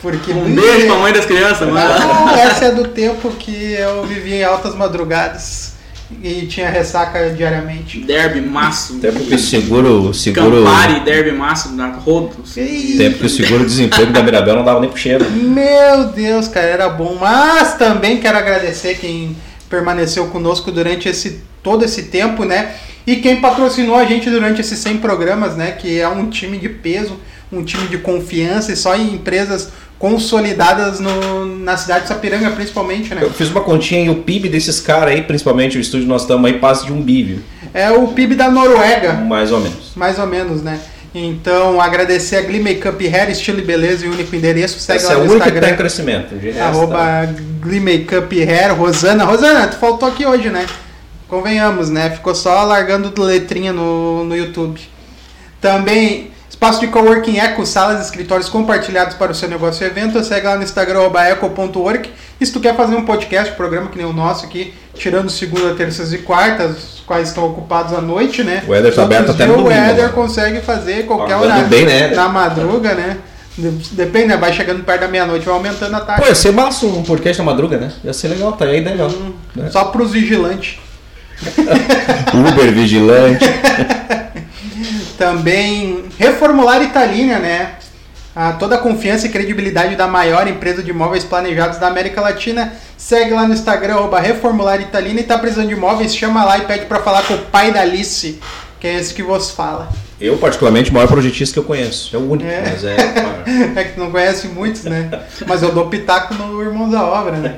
S2: Porque
S3: Um beijo pra mãe das crianças, mano.
S2: Ah, essa é do tempo que eu vivia em altas madrugadas e tinha ressaca diariamente.
S3: Derby, maço.
S1: Até porque o seguro. seguro
S3: Campari, derby, maço, na rodos.
S2: Ih,
S1: até porque o seguro desemprego da Mirabel não dava nem pro cheiro.
S2: Meu Deus, cara, era bom. Mas também quero agradecer quem permaneceu conosco durante esse todo esse tempo, né? E quem patrocinou a gente durante esses 100 programas, né? Que é um time de peso, um time de confiança e só em empresas consolidadas no- na cidade de Sapiranga, principalmente, né?
S1: Eu fiz uma continha e o PIB desses caras aí, principalmente o estúdio nós estamos aí, passa de um bívio.
S2: É o PIB da Noruega.
S1: Mais ou menos.
S2: Mais ou menos, né? Então, agradecer a Glee Makeup Hair, estilo e beleza e único endereço. Segue
S1: Essa é a
S2: lá no
S1: única que tá em
S2: Instagram.
S1: crescimento. De resto, tá.
S2: Arroba Glee Makeup Hair, Rosana. Rosana, tu faltou aqui hoje, né? Convenhamos, né? Ficou só largando letrinha no, no YouTube. Também, espaço de coworking eco, salas e escritórios compartilhados para o seu negócio e evento. Segue lá no Instagram, arroba eco.org. E se tu quer fazer um podcast, programa que nem o nosso aqui, tirando segunda, terças e quartas, os quais estão ocupados à noite, né?
S1: O Éder tá
S2: Os outros
S1: aberto até
S2: dias
S1: no domingo,
S2: O Éder
S1: né?
S2: consegue fazer qualquer
S1: Pagando
S2: horário.
S1: bem, né, Éder?
S2: Na madruga, né? De- Depende, né? Vai chegando perto da meia-noite, vai aumentando a taxa.
S1: Pô, ia ser massa um podcast na madruga, né? Ia ser legal, tá aí legal. Né?
S2: É. Só pros vigilantes.
S1: Uber vigilante.
S2: Também reformular Italina, né? Ah, toda a confiança e credibilidade da maior empresa de imóveis planejados da América Latina. Segue lá no Instagram, arroba reformular Italina e tá precisando de imóveis, chama lá e pede pra falar com o pai da Alice, que é esse que vos fala.
S1: Eu, particularmente, o maior projetista que eu conheço. É o único,
S2: É.
S1: mas é. claro.
S2: É que tu não conhece muitos, né? Mas eu dou pitaco no Irmãos da Obra, né?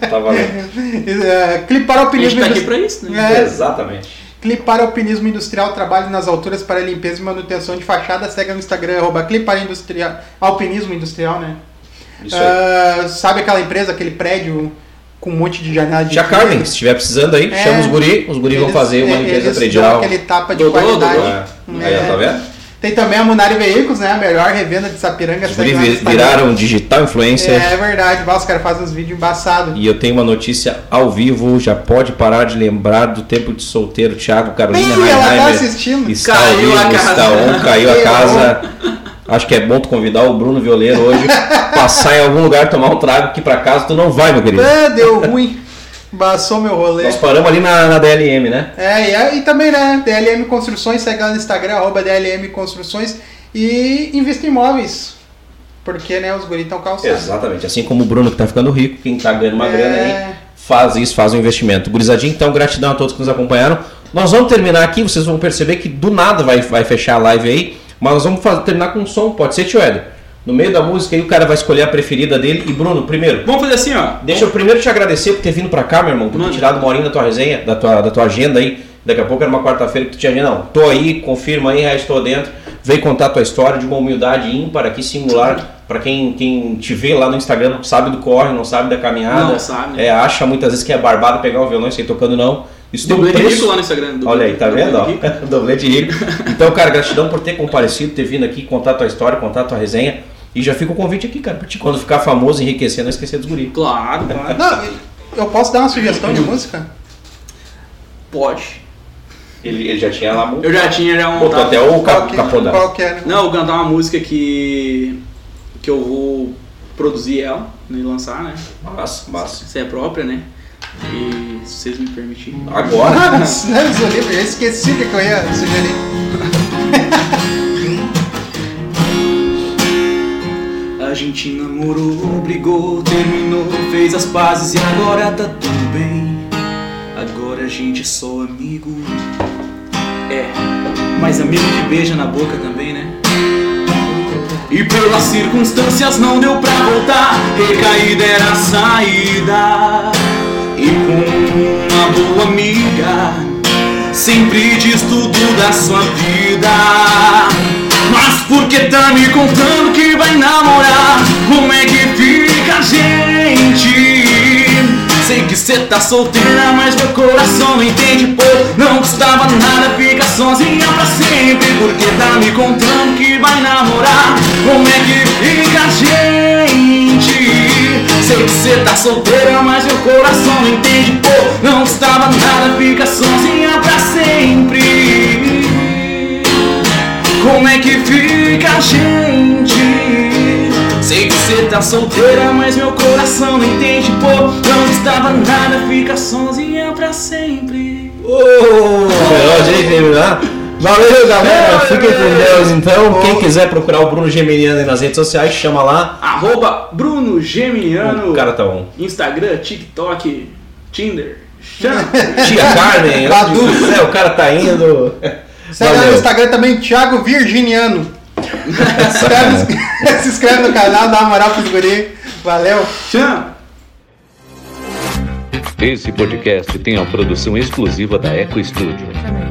S4: Tá valendo.
S2: É, clipar o
S3: A gente
S2: alpinismo
S3: tá aqui
S2: indus-
S3: pra isso, né?
S2: É,
S4: Exatamente.
S2: clipar o alpinismo industrial trabalho nas alturas para limpeza e manutenção de fachada. Segue no Instagram, arroba clipar industrial, alpinismo industrial, né?
S4: Isso aí.
S2: Ah, sabe aquela empresa, aquele prédio com um monte de janela de
S1: Tia Carmen, se estiver precisando aí,
S2: É.
S1: chama os guri, os guri vão
S2: Eles-
S1: fazer uma
S2: é,
S1: limpeza
S2: eles dão
S1: predial.
S2: aquele tapa de
S3: Dodô,
S2: qualidade.
S3: Dodô.
S4: É. Aí, ó, tá vendo?
S2: Tem também a Munari Veículos, né? A melhor revenda de Sapiranga.
S1: Os
S2: segue
S1: guri
S2: lá no
S1: vi-
S2: Instagram.
S1: viraram digital influencer.
S2: É, é verdade, bah, os caras fazem uns vídeos embaçados.
S1: E eu tenho uma notícia ao vivo, já pode parar de lembrar do tempo de solteiro, Thiago Carolina
S2: Ih, ela tá
S1: Heinheimer.
S2: assistindo.
S1: Está
S3: Caiu
S1: ao vivo,
S3: a casa.
S1: está on, caiu a
S2: Caiu.
S1: casa. Acho que é bom tu convidar o Bruno Violeiro hoje, passar em algum lugar, tomar um trago, que pra casa tu não vai, meu querido.
S2: Ah, deu ruim. Baçou meu rolê.
S1: Nós paramos ali na, na DLM, né?
S2: É, e, aí também, né? DLM Construções, segue lá no Instagram, arroba DLM Construções. E invista em imóveis. Porque, né, os guris estão calçados.
S1: Exatamente. Assim como o Bruno que tá ficando rico, quem tá ganhando uma
S2: É.
S1: grana aí, faz isso, faz um investimento. Gurizadinha, então, gratidão a todos que nos acompanharam. Nós vamos terminar aqui, vocês vão perceber que do nada vai, vai fechar a live aí, mas nós vamos fa- terminar com um som, pode ser, tio Éder? No meio da música aí o cara vai escolher a preferida dele. E Bruno,
S2: É.
S1: primeiro,
S3: Vamos fazer assim, ó.
S1: deixa eu primeiro te agradecer por ter vindo pra cá, meu irmão, por ter
S3: Manda.
S1: tirado uma horinha da tua resenha, da tua, da tua agenda aí. Daqui a pouco era uma quarta-feira que tu tinha agenda. Não, tô aí, confirma aí, já estou dentro. Vem contar a tua história de uma humildade ímpar aqui, singular. Pra quem, quem te vê lá no Instagram, não sabe do corre, não sabe da caminhada.
S3: Não sabe.
S1: É, acha muitas vezes que é barbado pegar o violão e sair tocando, não. Isso tem um
S3: Dublê
S1: preço.
S3: ridículo lá no Instagram. dublê-
S1: Olha aí, tá
S3: dublê
S1: vendo? ó?
S3: ridículo.
S1: Doblete rico. Então, cara, gratidão por ter comparecido, ter vindo aqui contar tua história, contar tua resenha. E já fica o convite aqui, cara, pra ti quando ficar famoso, enriquecer, não esquecer dos guri.
S3: Claro, claro.
S2: Não, eu posso dar uma sugestão de música?
S3: Pode.
S1: Ele, ele já tinha lá.
S3: Eu já tinha já
S1: Botou
S3: montado.
S1: até o
S2: Qual
S1: ca-
S2: que-
S1: capô da.
S2: qual que é?
S3: Não, eu vou cantar uma música que. que eu vou produzir ela né, e lançar, né?
S1: Massa, massa.
S3: Se é própria, né? E se vocês me permitirem.
S1: Agora.
S2: Ah, isso não é isso, eu esqueci o que que eu ia sugerir.
S3: A gente namorou, brigou, terminou, fez as pazes e agora tá tudo bem. Agora a gente é só amigo. É, mas amigo que beija na boca também, né? E pelas circunstâncias não deu pra voltar, recaída era a saída. E com uma boa amiga, sempre diz tudo da sua vida. Mas por que tá me contando que vai namorar? Como é que fica, gente? Sei que cê tá solteira, mas meu coração não entende. Pô, não custava nada ficar sozinha pra sempre. Por que tá me contando que vai namorar? Como é que fica, gente? Sei que cê tá solteira, mas meu coração não entende. Pô, não custava nada ficar sozinha pra sempre. Como é que fica, gente? Sei que cê tá solteira, mas meu coração não entende. Pô, não custava nada ficar sozinha pra sempre.
S1: Melhor jeito de terminar. Valeu, galera. Fiquem com Deus, então. Quem quiser procurar o Bruno Geminiano aí nas redes sociais, chama lá.
S3: Arroba Bruno Geminiano.
S1: O cara tá on.
S3: Instagram, TikTok, Tinder. Chama.
S1: Tia Carmen, Badu. É, o cara tá indo.
S3: é
S2: Segue lá no
S3: tá
S1: Valeu.
S2: Instagram também, Thiago Virginiano. Se inscreve no canal, dá uma moral pros guri. Valeu.
S3: Chama.
S6: Esse podcast tem a produção exclusiva da Eco Studio.